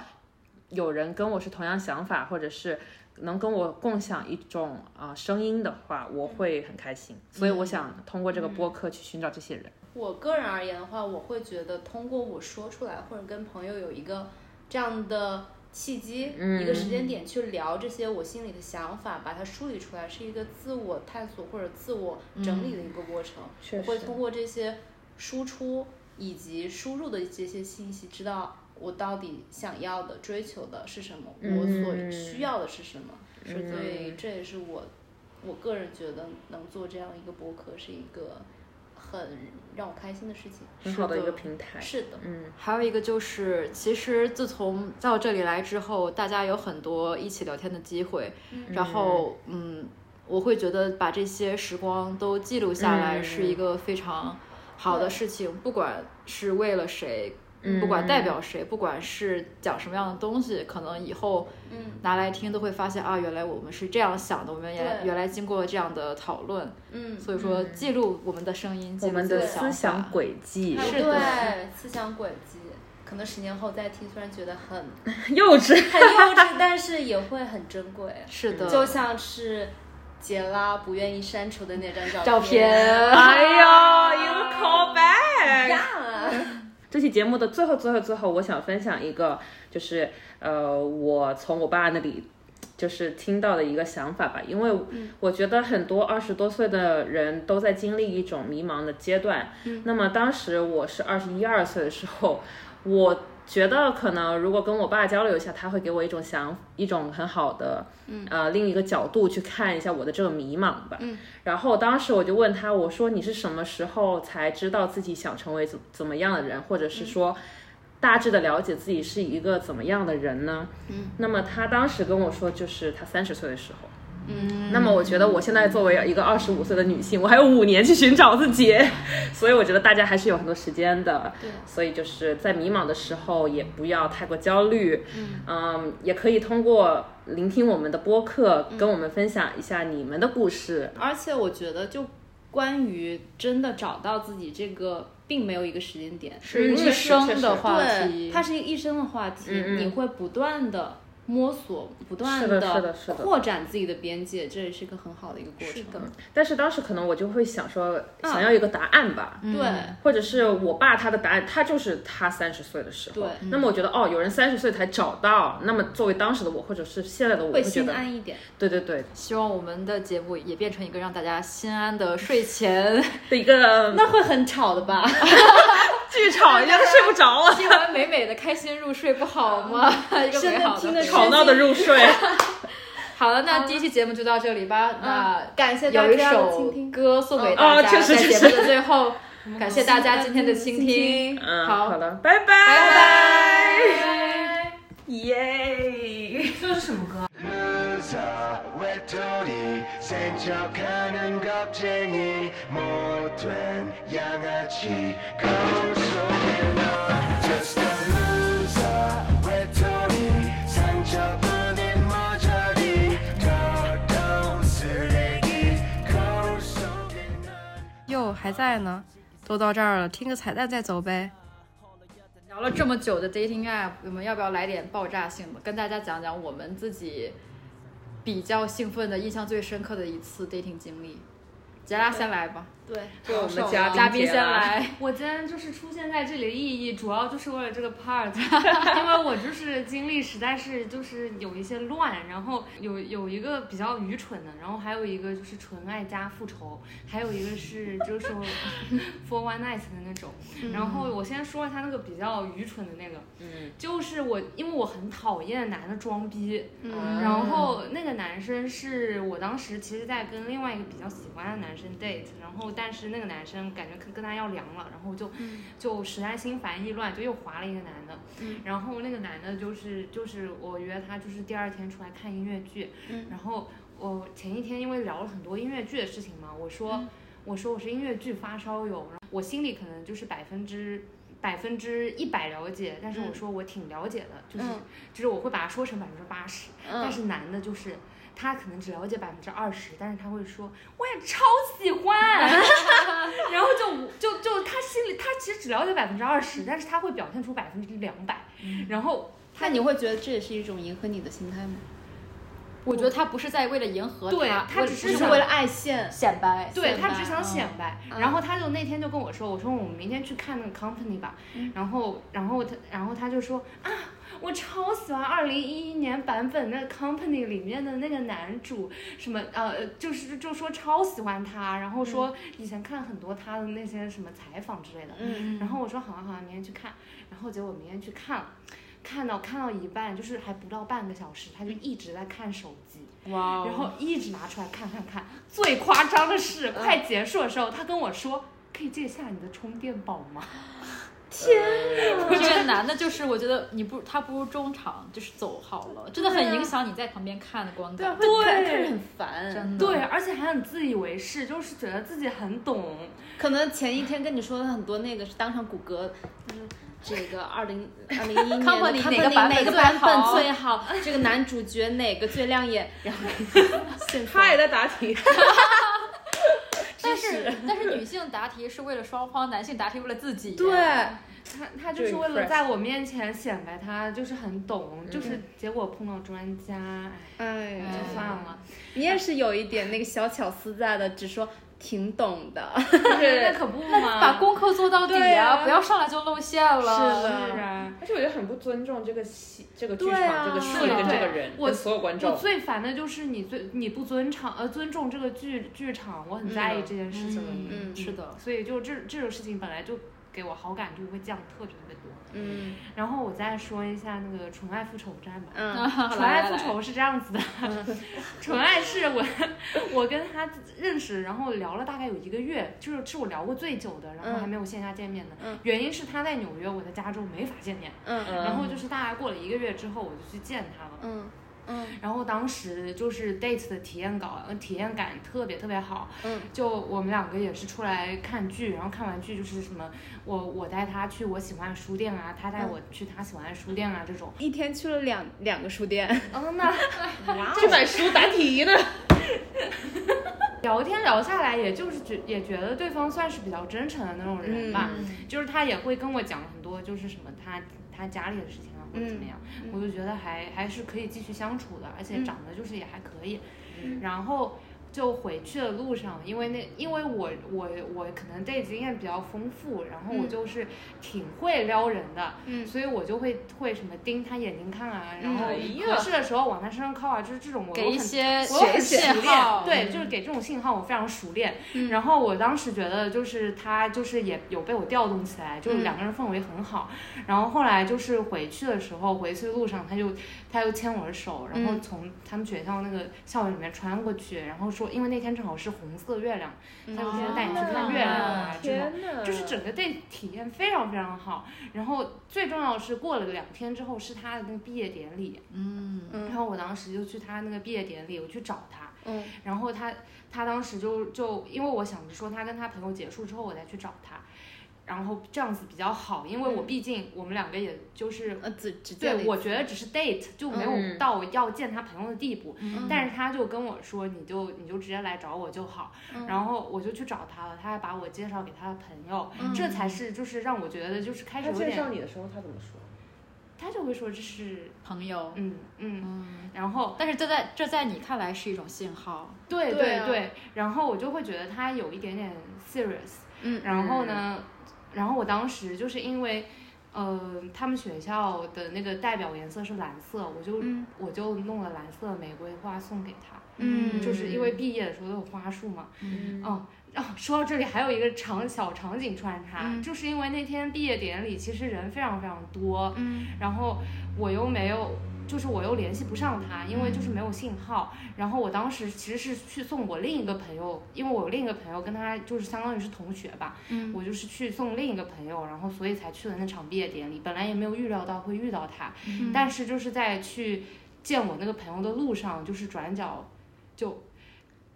有人跟我是同样想法，或者是能跟我共享一种啊、声音的话，我会很开心。所以我想通过这个播客去寻找这些人。我个人而言的话，我会觉得通过我说出来，或者跟朋友有一个这样的契机、嗯一个时间点去聊这些我心里的想法，把它梳理出来，是一个自我探索或者自我整理的一个过程。确我会通过这些输出以及输入的这些信息，知道我到底想要的、追求的是什么，我所嗯需要的是什么。是的所以这也是我我个人觉得能做这样一个博客是一个很让我开心的事情。很好的一个平台。是的，嗯，还有一个就是，其实自从到这里来之后，大家有很多一起聊天的机会，然后嗯，我会觉得把这些时光都记录下来嗯是一个非常好的对事情，不管是为了谁，嗯不管代表谁，不管是讲什么样的东西，可能以后嗯拿来听都会发现啊，原来我们是这样想的，我们原来对原来经过这样的讨论，嗯，所以说记录我们的声音，记我录们自己的的思想想法轨迹哎是的对思想轨迹。可能十年后再听，虽然觉得很很幼稚。幼稚，但是也会很珍贵，是的，就像是杰拉不愿意删除的那张照照片。哎呦，一个 callback。啊，这期节目的最后、最后、最后，我想分享一个，就是呃，我从我爸那里就是听到的一个想法吧，因为我觉得很多二十多岁的人都在经历一种迷茫的阶段。那么当时我是二十一二岁的时候，我觉得可能如果跟我爸交流一下，他会给我一种想一种很好的，呃，另一个角度去看一下我的这个迷茫吧。然后当时我就问他，我说你是什么时候才知道自己想成为怎怎么样的人，或者是说大致的了解自己是一个怎么样的人呢？嗯，那么他当时跟我说，就是他三十岁的时候。嗯，那么我觉得我现在作为一个二十五岁的女性，我还有五年去寻找自己， 所以我觉得大家还是有很多时间的。对所以就是在迷茫的时候，也不要太过焦虑。嗯也可以通过聆听我们的播客，跟我们分享一下你们的故事。而且我觉得，就关于真的找到自己这个，并没有一个时间点，是嗯一确实生确实的话题，对，它是一个一生的话题，嗯嗯你会不断的摸索，不断是地的是的是的扩展自己的边界，这也是一个很好的一个过程。但是当时可能我就会想说，想要一个答案吧，对、或者是我爸他的答案，他就是他三十岁的时候。对，那么我觉得哦，有人三十岁才找到，那么作为当时的我或者是现在的我，会会觉心得，安一点。对对对希望我们的节目也变成一个让大家心安的睡前，的一个那会很吵的吧？剧场，一下都睡不着 了， 听完美美的开心入睡，不好 吗？一个真美的好听的得回忆。吵闹的入睡。好嗯了，那第一期节目就到这里吧。那啊感谢大有一家的倾首听，歌送给嗯哦大家，确实在确节实目的最 后，感谢大家今天的倾听。嗯，好好了，拜拜，拜拜。耶。这是什么歌？ 루저 외톨이 센척하는 겁쟁이 못된 양아치 거울 속에 나 Just a loser 외톨이 상처뿐인 머저리 더러운 쓰레기 거울 속에 나 哟，还在呢，都到这儿了，听个彩蛋再走呗。聊了这么久的 dating app，我们要不要来点爆炸性的，跟大家讲讲我们自己比较兴奋的、印象最深刻的一次 dating 经历？杰拉先来吧，对，就我们嘉嘉宾先杰拉，来。我今天就是出现在这里的意义，主要就是为了这个 part，因为我就是经历实在是就是有一些乱，然后有有一个比较愚蠢的，然后还有一个就是纯爱加复仇，还有一个是就是 for one night 的那种。然后我先说一下那个比较愚蠢的那个，嗯，就是我因为我很讨厌男的装逼，嗯，然后那个男生是我当时其实在跟另外一个比较喜欢的男生 date，然后但是那个男生感觉跟跟他要凉了，然后就、就实在心烦意乱，就又划了一个男的，然后那个男的就是就是我约他就是第二天出来看音乐剧，然后我前一天因为聊了很多音乐剧的事情嘛，我说、我说我是音乐剧发烧友，然后我心里可能就是百分之。百分之一百了解，但是我说我挺了解的，就是嗯就是我会把它说成百分之八十，但嗯，是男的就是他可能只了解百分之二十，但是他会说我也超喜 欢，然后就就就他心里他其实只了解百分之二十，但是他会表现出百分之两百，然后嗯那你会觉得这也是一种迎合你的心态吗？我觉得他不是在为了迎合对他，他为只不是是想为为了了爱现，显摆。对显他摆只想显摆，嗯然后他就那天就跟我说，我说我们明天去看那个 company 吧，嗯然后然后他然后他就说啊，我超喜欢二零一一年版本那个 company 里面的那个男主，什么呃就是就说超喜欢他，然后说以前看很多他的那些什么采访之类的，嗯，然后我说好啊好啊，明天去看，然后结果明天去看了。看到看到一半，就是还不到半个小时，嗯他就一直在看手机，哇哦然 后一直拿出来看看看。最夸张的是，快结束的时候，他跟我说：“可以借下你的充电宝吗这个男的，就是我觉得你不，他不如中场就是走好了，真的很影响你在旁边看的观对啊，感。会看啊对看着很烦。真？”的，对，而且还很自以为是，就是觉得自己很懂。可能前一天跟你说的很多那个是当场谷歌，就是这个二零二零一年的 Company 哪 company 个版本哪个最版本好最好，这个男主角哪个最亮眼，然后现在他也在答题，但是但是女性答题是为了双方，男性答题为了自己。哎对，他他就是为了在我面前显摆他就是很懂，就是结果碰到专家，哎，哎呀就算了。你也是有一点那个小巧思在的，只说挺懂的。那可不嘛，把功课做到底对啊，啊不要上来就露馅了。是的是啊。而且我觉得很不尊重这个戏、这个剧对啊场、这个戏跟这个人、我跟所有观我众。最烦的就是你最你不尊场呃尊重这个剧剧场，我很在意这件事情。嗯，嗯是的，所以就这这种事情本来就给我好感就会降特别特别多。嗯然后我再说一下那个纯爱复仇战吧。嗯纯来爱复，仇是这样子的， 纯爱是我我跟他认识，然后聊了大概有一个月，就是是我聊过最久的，然后还没有线下见面的。嗯原因是他在纽约，我在加州没法见面。嗯嗯然后就是大概过了一个月之后，我就去见他了。嗯嗯然后当时就是 date 的体验稿，呃体验感特别特别好。嗯，就我们两个也是出来看剧，然后看完剧就是什么，我我带他去我喜欢的书店啊，他带我去他喜欢的书店啊这种。一天去了两两个书店，嗯，那去买书答题呢，聊天聊下来，也就是觉也觉得对方算是比较嗯真诚的那种人吧，就是他也会跟我讲很多，就是什么他他家里的事情啊，或者嗯怎么样，我就觉得还还是可以继续相处的，而且长得就是也还可以。嗯然后就回去的路上，因为那因为我我我可能 date 经验比较丰嗯富，然后我就是挺会撩人的，嗯所以我就会会什么盯他眼睛看啊，然后哎呀合适的时候往他身上靠啊，就是这种我给我一很些我很熟信练号，，对，就是给这种信号我非常熟练。嗯然后我当时觉得就是他就是也有被我调动起来，就是两个人氛围很好。然后后来就是回去的时候，回去路上他就他就牵我的手，然后嗯从他们学校那个校园里面穿过去，然后说因为那天正好是红色月亮，嗯他就说带你去看月亮啊这种。天哪，就是整个 date 体验非常非常好，然后最重要的是过了两天之后是他的那个毕业典礼，嗯，然后我当时就去他那个毕业典礼，我去找他，嗯，然后他他当时就就因为我想着说他跟他朋友结束之后我再去找他，然后这样子比较好，因嗯为我毕竟我们两个也就是。呃，只只见了对，一我次觉得只是 date 就没有嗯到要见他朋友的地步，嗯但是他就跟我说，你就你就直接来找我就好，嗯然后我就去找他了，他还把我介绍给他的朋友，嗯这才是就是让我觉得就是开始他有介点，绍你的时候，他怎么说？他就会说这是朋友，嗯嗯，嗯，然后但是这在这在你看来是一种信号，对对对啊然后我就会觉得他有一点点 serious，嗯然后呢，然后我当时就是因为，呃，他们学校的那个代表颜色是蓝色，我就、嗯我就弄了蓝色的玫瑰花送给他，嗯就是因为毕业的时候都有花束嘛，嗯哦，哦，说到这里还有一个场小场景穿插，嗯就是因为那天毕业典礼其实人非常非常多，嗯然后我又没有。就是我又联系不上他，因为就是没有信号。嗯然后我当时其实是去送我另一个朋友，因为我有另一个朋友跟他就是相当于是同学吧，嗯我就是去送另一个朋友，然后所以才去了那场毕业典礼。本来也没有预料到会遇到他，嗯但是就是在去见我那个朋友的路上，就是转角就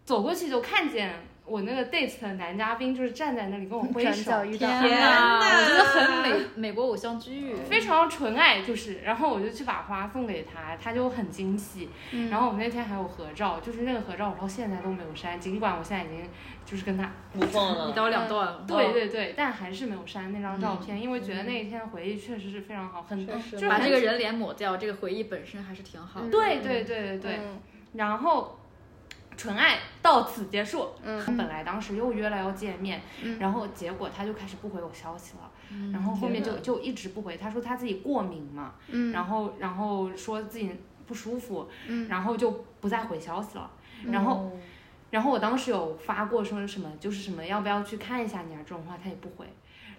走过去就看见我那个 date 的男嘉宾，就是站在那里跟我挥转手，角遇到天哪，我觉得很美美国偶像剧，非常纯爱就是。然后我就去把花送给他，他就很惊喜。嗯然后我们那天还有合照，就是那个合照我到现在都没有删，尽管我现在已经就是跟他不放一了，刀两断哦了，嗯对对对，但还是没有删那张照嗯片，因为觉得那一天的回忆确实是非常好，很确实嗯就是把这很个人脸抹掉，这个回忆本身还是挺好的。对对对对对，嗯然后。纯爱到此结束。嗯，本来当时又约了要见面，嗯然后结果他就开始不回我消息了，然后后面天就哪就一直不回。他说他自己过敏嘛，嗯然后然后说自己不舒服，嗯哦然后就不再回消息了。然后然后我当时有发过说什么就是什么要不要去看一下你啊这种话，他也不回。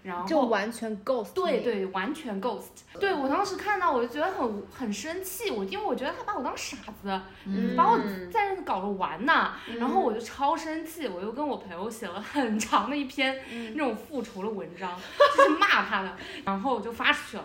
然后就完全 ghost 对你，对，完全 ghost。对我当时看到，我就觉得很很生气，我因为我觉得他把我当傻子，嗯把我在那搞着玩呢。嗯然后我就超生气，我又跟我朋友写了很长的一篇嗯那种复仇的文章， 就是骂他的，然后我就发出去了。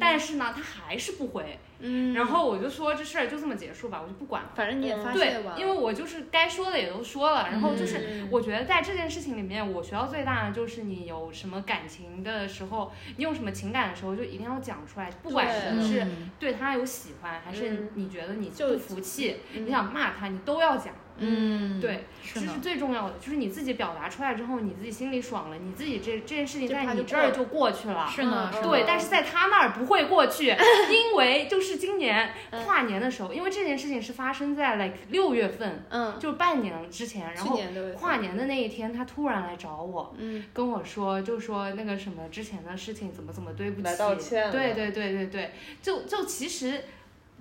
但是呢，他还是不回，嗯然后我就说这事儿就这么结束吧，我就不管了。反正你也发泄对完，，因为我就是该说的也都说了，然后就是嗯我觉得在这件事情里面，我学到最大的就是你有什么感情的时候，你有什么情感的时候，就一定要讲出来，不管对你是嗯对他有喜欢，还是嗯你觉得你就不服气，嗯你想骂他，你都要讲。嗯，对，是这呢是最重要的，就是你自己表达出来之后，你自己心里爽了，你自己这这件事情这趴在你就这过儿了就过去了。是呢，嗯是呢啊对，但是在他那儿不会过 去，因为就是今年嗯跨年的时候，因为这件事情是发生在 like 六月份，嗯，就是半年之前，然去后年的跨年的那一天，他突然来找我，嗯跟我说，就说那个什么之前的事情怎么怎么对不起，来道歉了对对对对对，就就其实。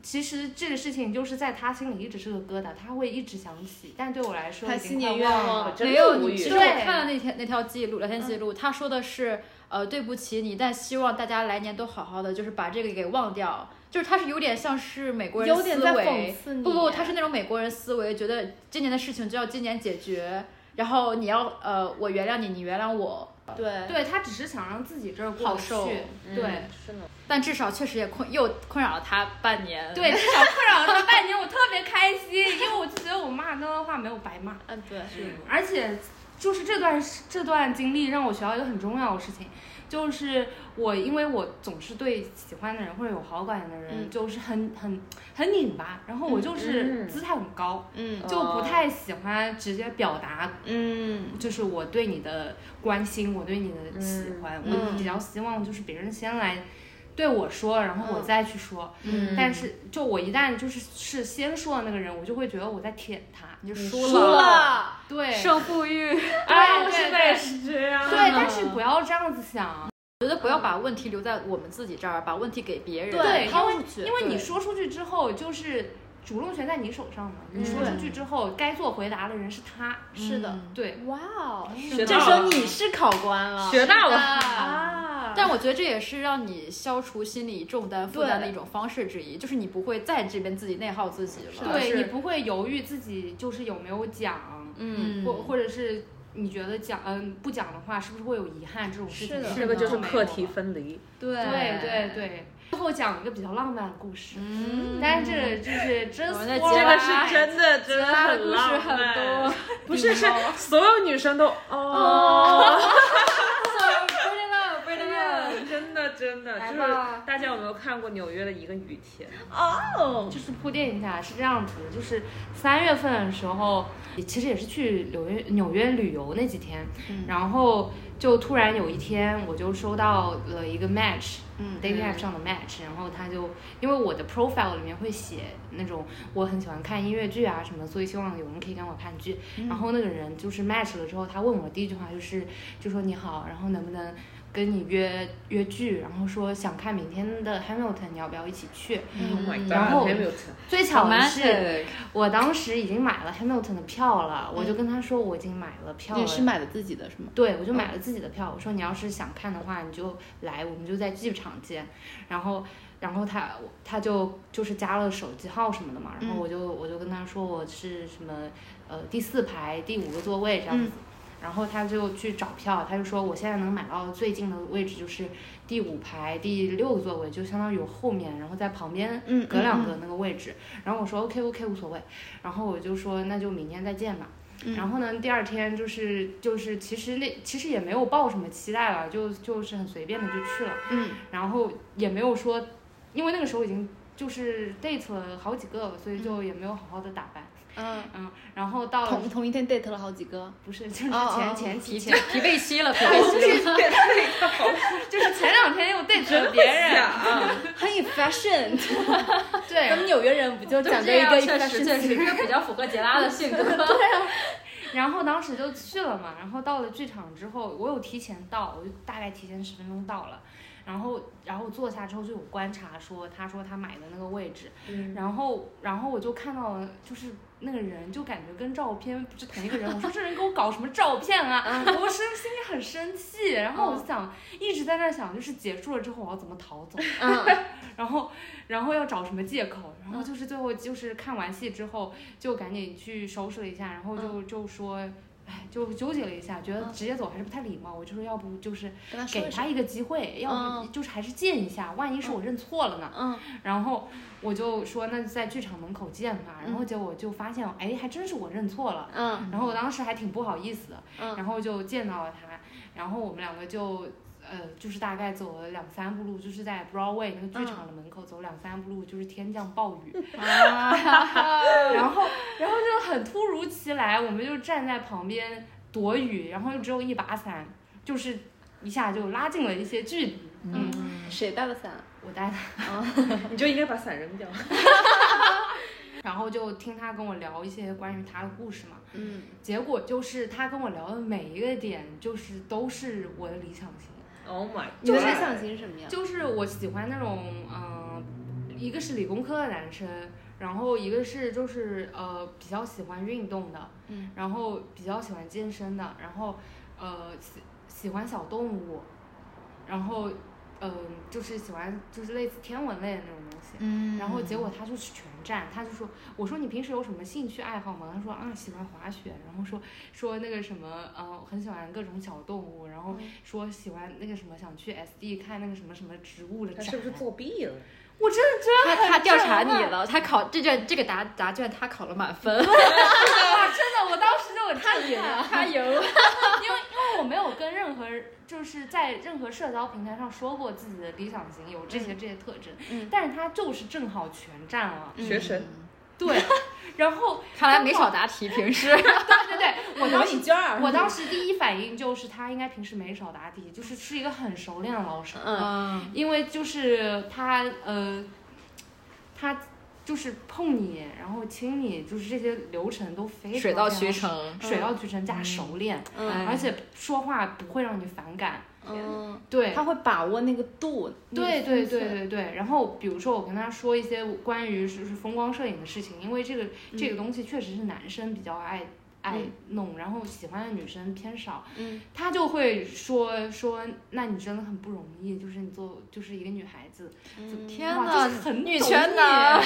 其实这个事情就是在他心里一直是个疙瘩，他会一直想起，但对我来说他已经心里快愿忘望了。真没的有无你。语其实对我看了那天那条记录，聊天记录，他说的是，呃，对不起你，但希望大家来年都好好的，就是把这个给忘掉。就是他是有点像是美国人有点思在讽维，刺你，不不，他是那种美国人思维，觉得今年的事情就要今年解决，然后你要呃，我原谅你，你原谅我，对，对他只是想让自己这儿过好去受对嗯是呢，但至少确实也困又困扰了他半年。对，至少困扰了他半年，我特别开心，因为我就觉得我骂那段话没有白骂，嗯对，而且就是这段这段经历让我学到一个很重要的事情，就是我因为我总是对喜欢的人或者有好感的人、嗯就是很很很拧巴，然后我就是嗯哦姿态很高，嗯就不太喜欢直接表达嗯就是我对你的关心，我对你的喜欢，嗯我比较希望就是别人先来对我说，然后我嗯再去说。嗯但是就我一旦就是是先说的那个人，我就会觉得我在舔他。你就你输输了，了，对，胜负欲， 哎，我对现在也是这样。对，但是不要这样子想，我觉得不要把问题留在我们自己这儿，把问题给别人，对抛因出去，因为你对说出去之后，就是主动权在你手上嘛。你说出去之后，该做回答的人是他。是的，嗯对，哇哦，学这到时候了你是考官了，学到了，啊。啊，但我觉得这也是让你消除心理重担负担的对一种方式之一，就是你不会在这边自己内耗自己了。对是你不会犹豫自己就是有没有讲，嗯，或或者是你觉得讲嗯不讲的话，是不是会有遗憾这种事情？是的这个就是课题没有了。分离。对，对对对，最后讲一个比较浪漫的故事，嗯但是这就是真我们在这接个着是真的，真的拉的故很事浪很漫多。，不是，是所有女生都 哦，真的真的，就是大家有没有看过纽约的一个雨天？哦，就是铺垫一下，是这样子的，就是三月份的时候，其实也是去纽约纽约旅游那几天，嗯然后就突然有一天，我就收到了一个 match，嗯 dating app 上的 match，然后他就因为我的 profile 里面会写那种我很喜欢看音乐剧啊什么的，所以希望有人可以跟我看剧。嗯然后那个人就是 match 了之后，他问我第一句话就是就说你好，然后能不能跟你约约剧，然后说想看明天的 Hamilton，你要不要一起去？嗯 Oh my god！然后 Hamilton 最巧的是，我当时已经买了 Hamilton 的票了，我就跟他说我已经买了票了，你是买的自己的是吗？对，我就买了自己的票。我说你要是想看的话，你就来，我们就在剧场见。然后，然后他他就就是加了手机号什么的嘛。然后我就、我就跟他说我是什么呃第四排第五个座位这样子。然后他就去找票，他就说我现在能买到最近的位置就是第五排第六个座位，就相当于我后面，然后在旁边嗯隔两个那个位置。然后我说 OK OK 无所谓，然后我就说那就明天再见吧。嗯然后呢，第二天就是就是，其实那其实也没有抱什么期待了，就就是很随便的就去了，嗯，然后也没有说，因为那个时候已经就是 date 了好几个了，所以就也没有好好的打扮，嗯，嗯，然后到同同一天 date 了好几个，不是就是哦哦前哦前几疲天， 疲惫 期了，疲惫期了。 就是前两天又 date 了别人，很 efficient。对， 咱们纽约人不 就讲究这一样个确啊实 efficient？确实，这个比较符合杰拉的性格。然后当时就去了嘛，然后到了剧场之后，我有提前到，我就大概提前十分钟到了。然后，然后坐下之后就有观察说，他说他买的那个位置，然后，然后我就看到了，就是那个人就感觉跟照片不是同一个人。我说这人给我搞什么照片啊？我是心里很生气，然后我就想一直在那想，就是结束了之后我要怎么逃走， 然后，然后要找什么借口，然后就是最后就是看完戏之后，就赶紧去收拾了一下，然后就、嗯就说，哎，就纠结了一下，觉得直接走还是不太礼貌。我就说，要不就是跟他嗯说给一声他一个机会，要不嗯就是还是见一下，万一是我认错了呢？嗯，然后我就说，那就在剧场门口见吧。然后结果就发现，哎，还真是我认错了。嗯然后我当时还挺不好意思的，嗯然后就见到了他，然后我们两个就呃，就是大概走了两三步路，就是在 Broadway 那个剧嗯场的门口走两三步路，就是天降暴雨，啊 然后然后就很突如其来，我们就站在旁边躲雨，然后又只有一把伞，就是一下就拉近了一些距离。嗯，谁带的伞？啊我带 你就应该把伞扔掉。然后就听他跟我聊一些关于他的故事嘛。嗯，结果就是他跟我聊的每一个点，就是都是我的理想型， Oh my，你的理 god 想型是什么样？就是我喜欢那种，嗯、一个是理工科的男生，然后一个是就是呃比较喜欢运动的，嗯，然后比较喜欢健身的，然后呃喜喜欢小动物，然后嗯、就是喜欢就是类似天文类的那种东西，嗯然后结果他就是全占，他就说，我说你平时有什么兴趣爱好吗？他说啊，喜欢滑雪，然后说说那个什么，呃，很喜欢各种小动物，然后嗯说喜欢那个什么，想去 SD 看那个什么什么植物的他展。是不是作弊了？我真的真他的很他调查震撼你，了，他考这卷这个答答卷他考了满分， 哇，真的，我当时就很他震赢撼了，，他 赢了。因为因为我没有跟任何人就是在任何社交平台上说过自己的理想嗯型有这些这些特征，嗯嗯但是他就是正好全占了。学神，对，然后 啊看来没少答题，平时 对对对，我模当时拟卷儿，我当时第一反应就是他应该平时没少答题，就是是一个很熟练的老师，嗯，因为就是他呃，他就是碰你，然后亲你，就是这些流程都非常水到非常渠，成，水到渠成加熟练，嗯哎而且说话不会让你反感，嗯，对。他会把握那个度，那个对对对分寸，对对，然后比如说我跟他说一些关于就是风光摄影的事情，因为这个这个东西确实是男生比较爱爱嗯弄，然后喜欢的女生偏少，嗯他就会说说，那你真的很不容易，就是你做就是一个女孩子，嗯天哇哪，就是很女懂权你男，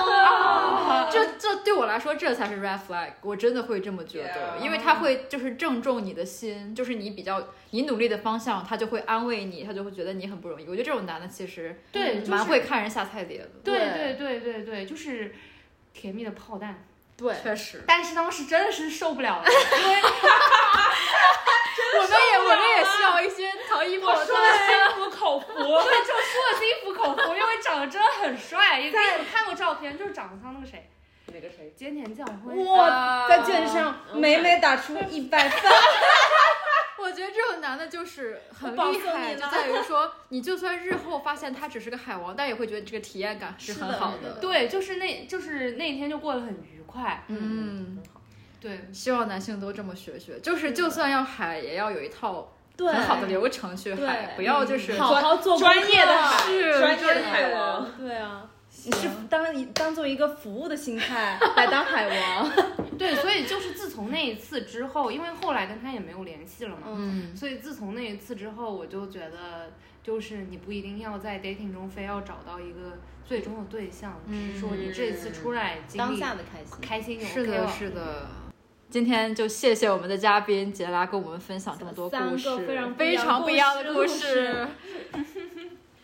这这对我来说这才是 red flag，我真的会这么觉得， Yeah 因为他会就是正中你的心，就是你比较你努力的方向，他就会安慰你，他就会觉得你很不容易。我觉得这种男的其实对，就嗯是蛮会看人下菜碟的，对对对对对，就是甜蜜的炮弹。对，确实。但是当时真的是受不了了，因为我们也我们也需要一些糖衣炮弹。服口服，对，就说了心服口服，因为长得真的很帅，也看看过照片，就是长得像那个谁，那个谁，菅田将晖。哇在卷上每每打出一百分，我觉得这种男的就是很我保厉送害，你就了在于说，你就算日后发现他只是个海王，但也会觉得这个体验感是很好的。对，就是那，就是那天就过得很愉快。嗯，对，希望男性都这么学学，就是就算要海，也要有一套对，很 好的流程去海，对嗯不要就是好好做功专业的课是专业的海王，，对啊，你是当一当做一个服务的心 态来当海王，嗯对，所以就是自从那一次之后，因为后来跟他也没有联系了嘛，嗯，所以自从那一次之后，我就觉得，就是你不一定要在 dating 中非要找到一个最终的对象，只是说你这次出来经历嗯的开心开心就是 OK 的，了。嗯是的。今天就谢谢我们的嘉宾杰拉跟我们分享这么多三故个事，非常不一非样常不一样的故故事事。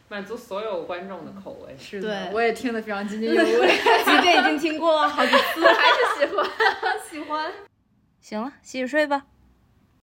满足所有观众的口味。是的，对我也听得非常津津有味，集这已经听过好几次，还是喜欢。喜欢。行了，洗洗睡吧。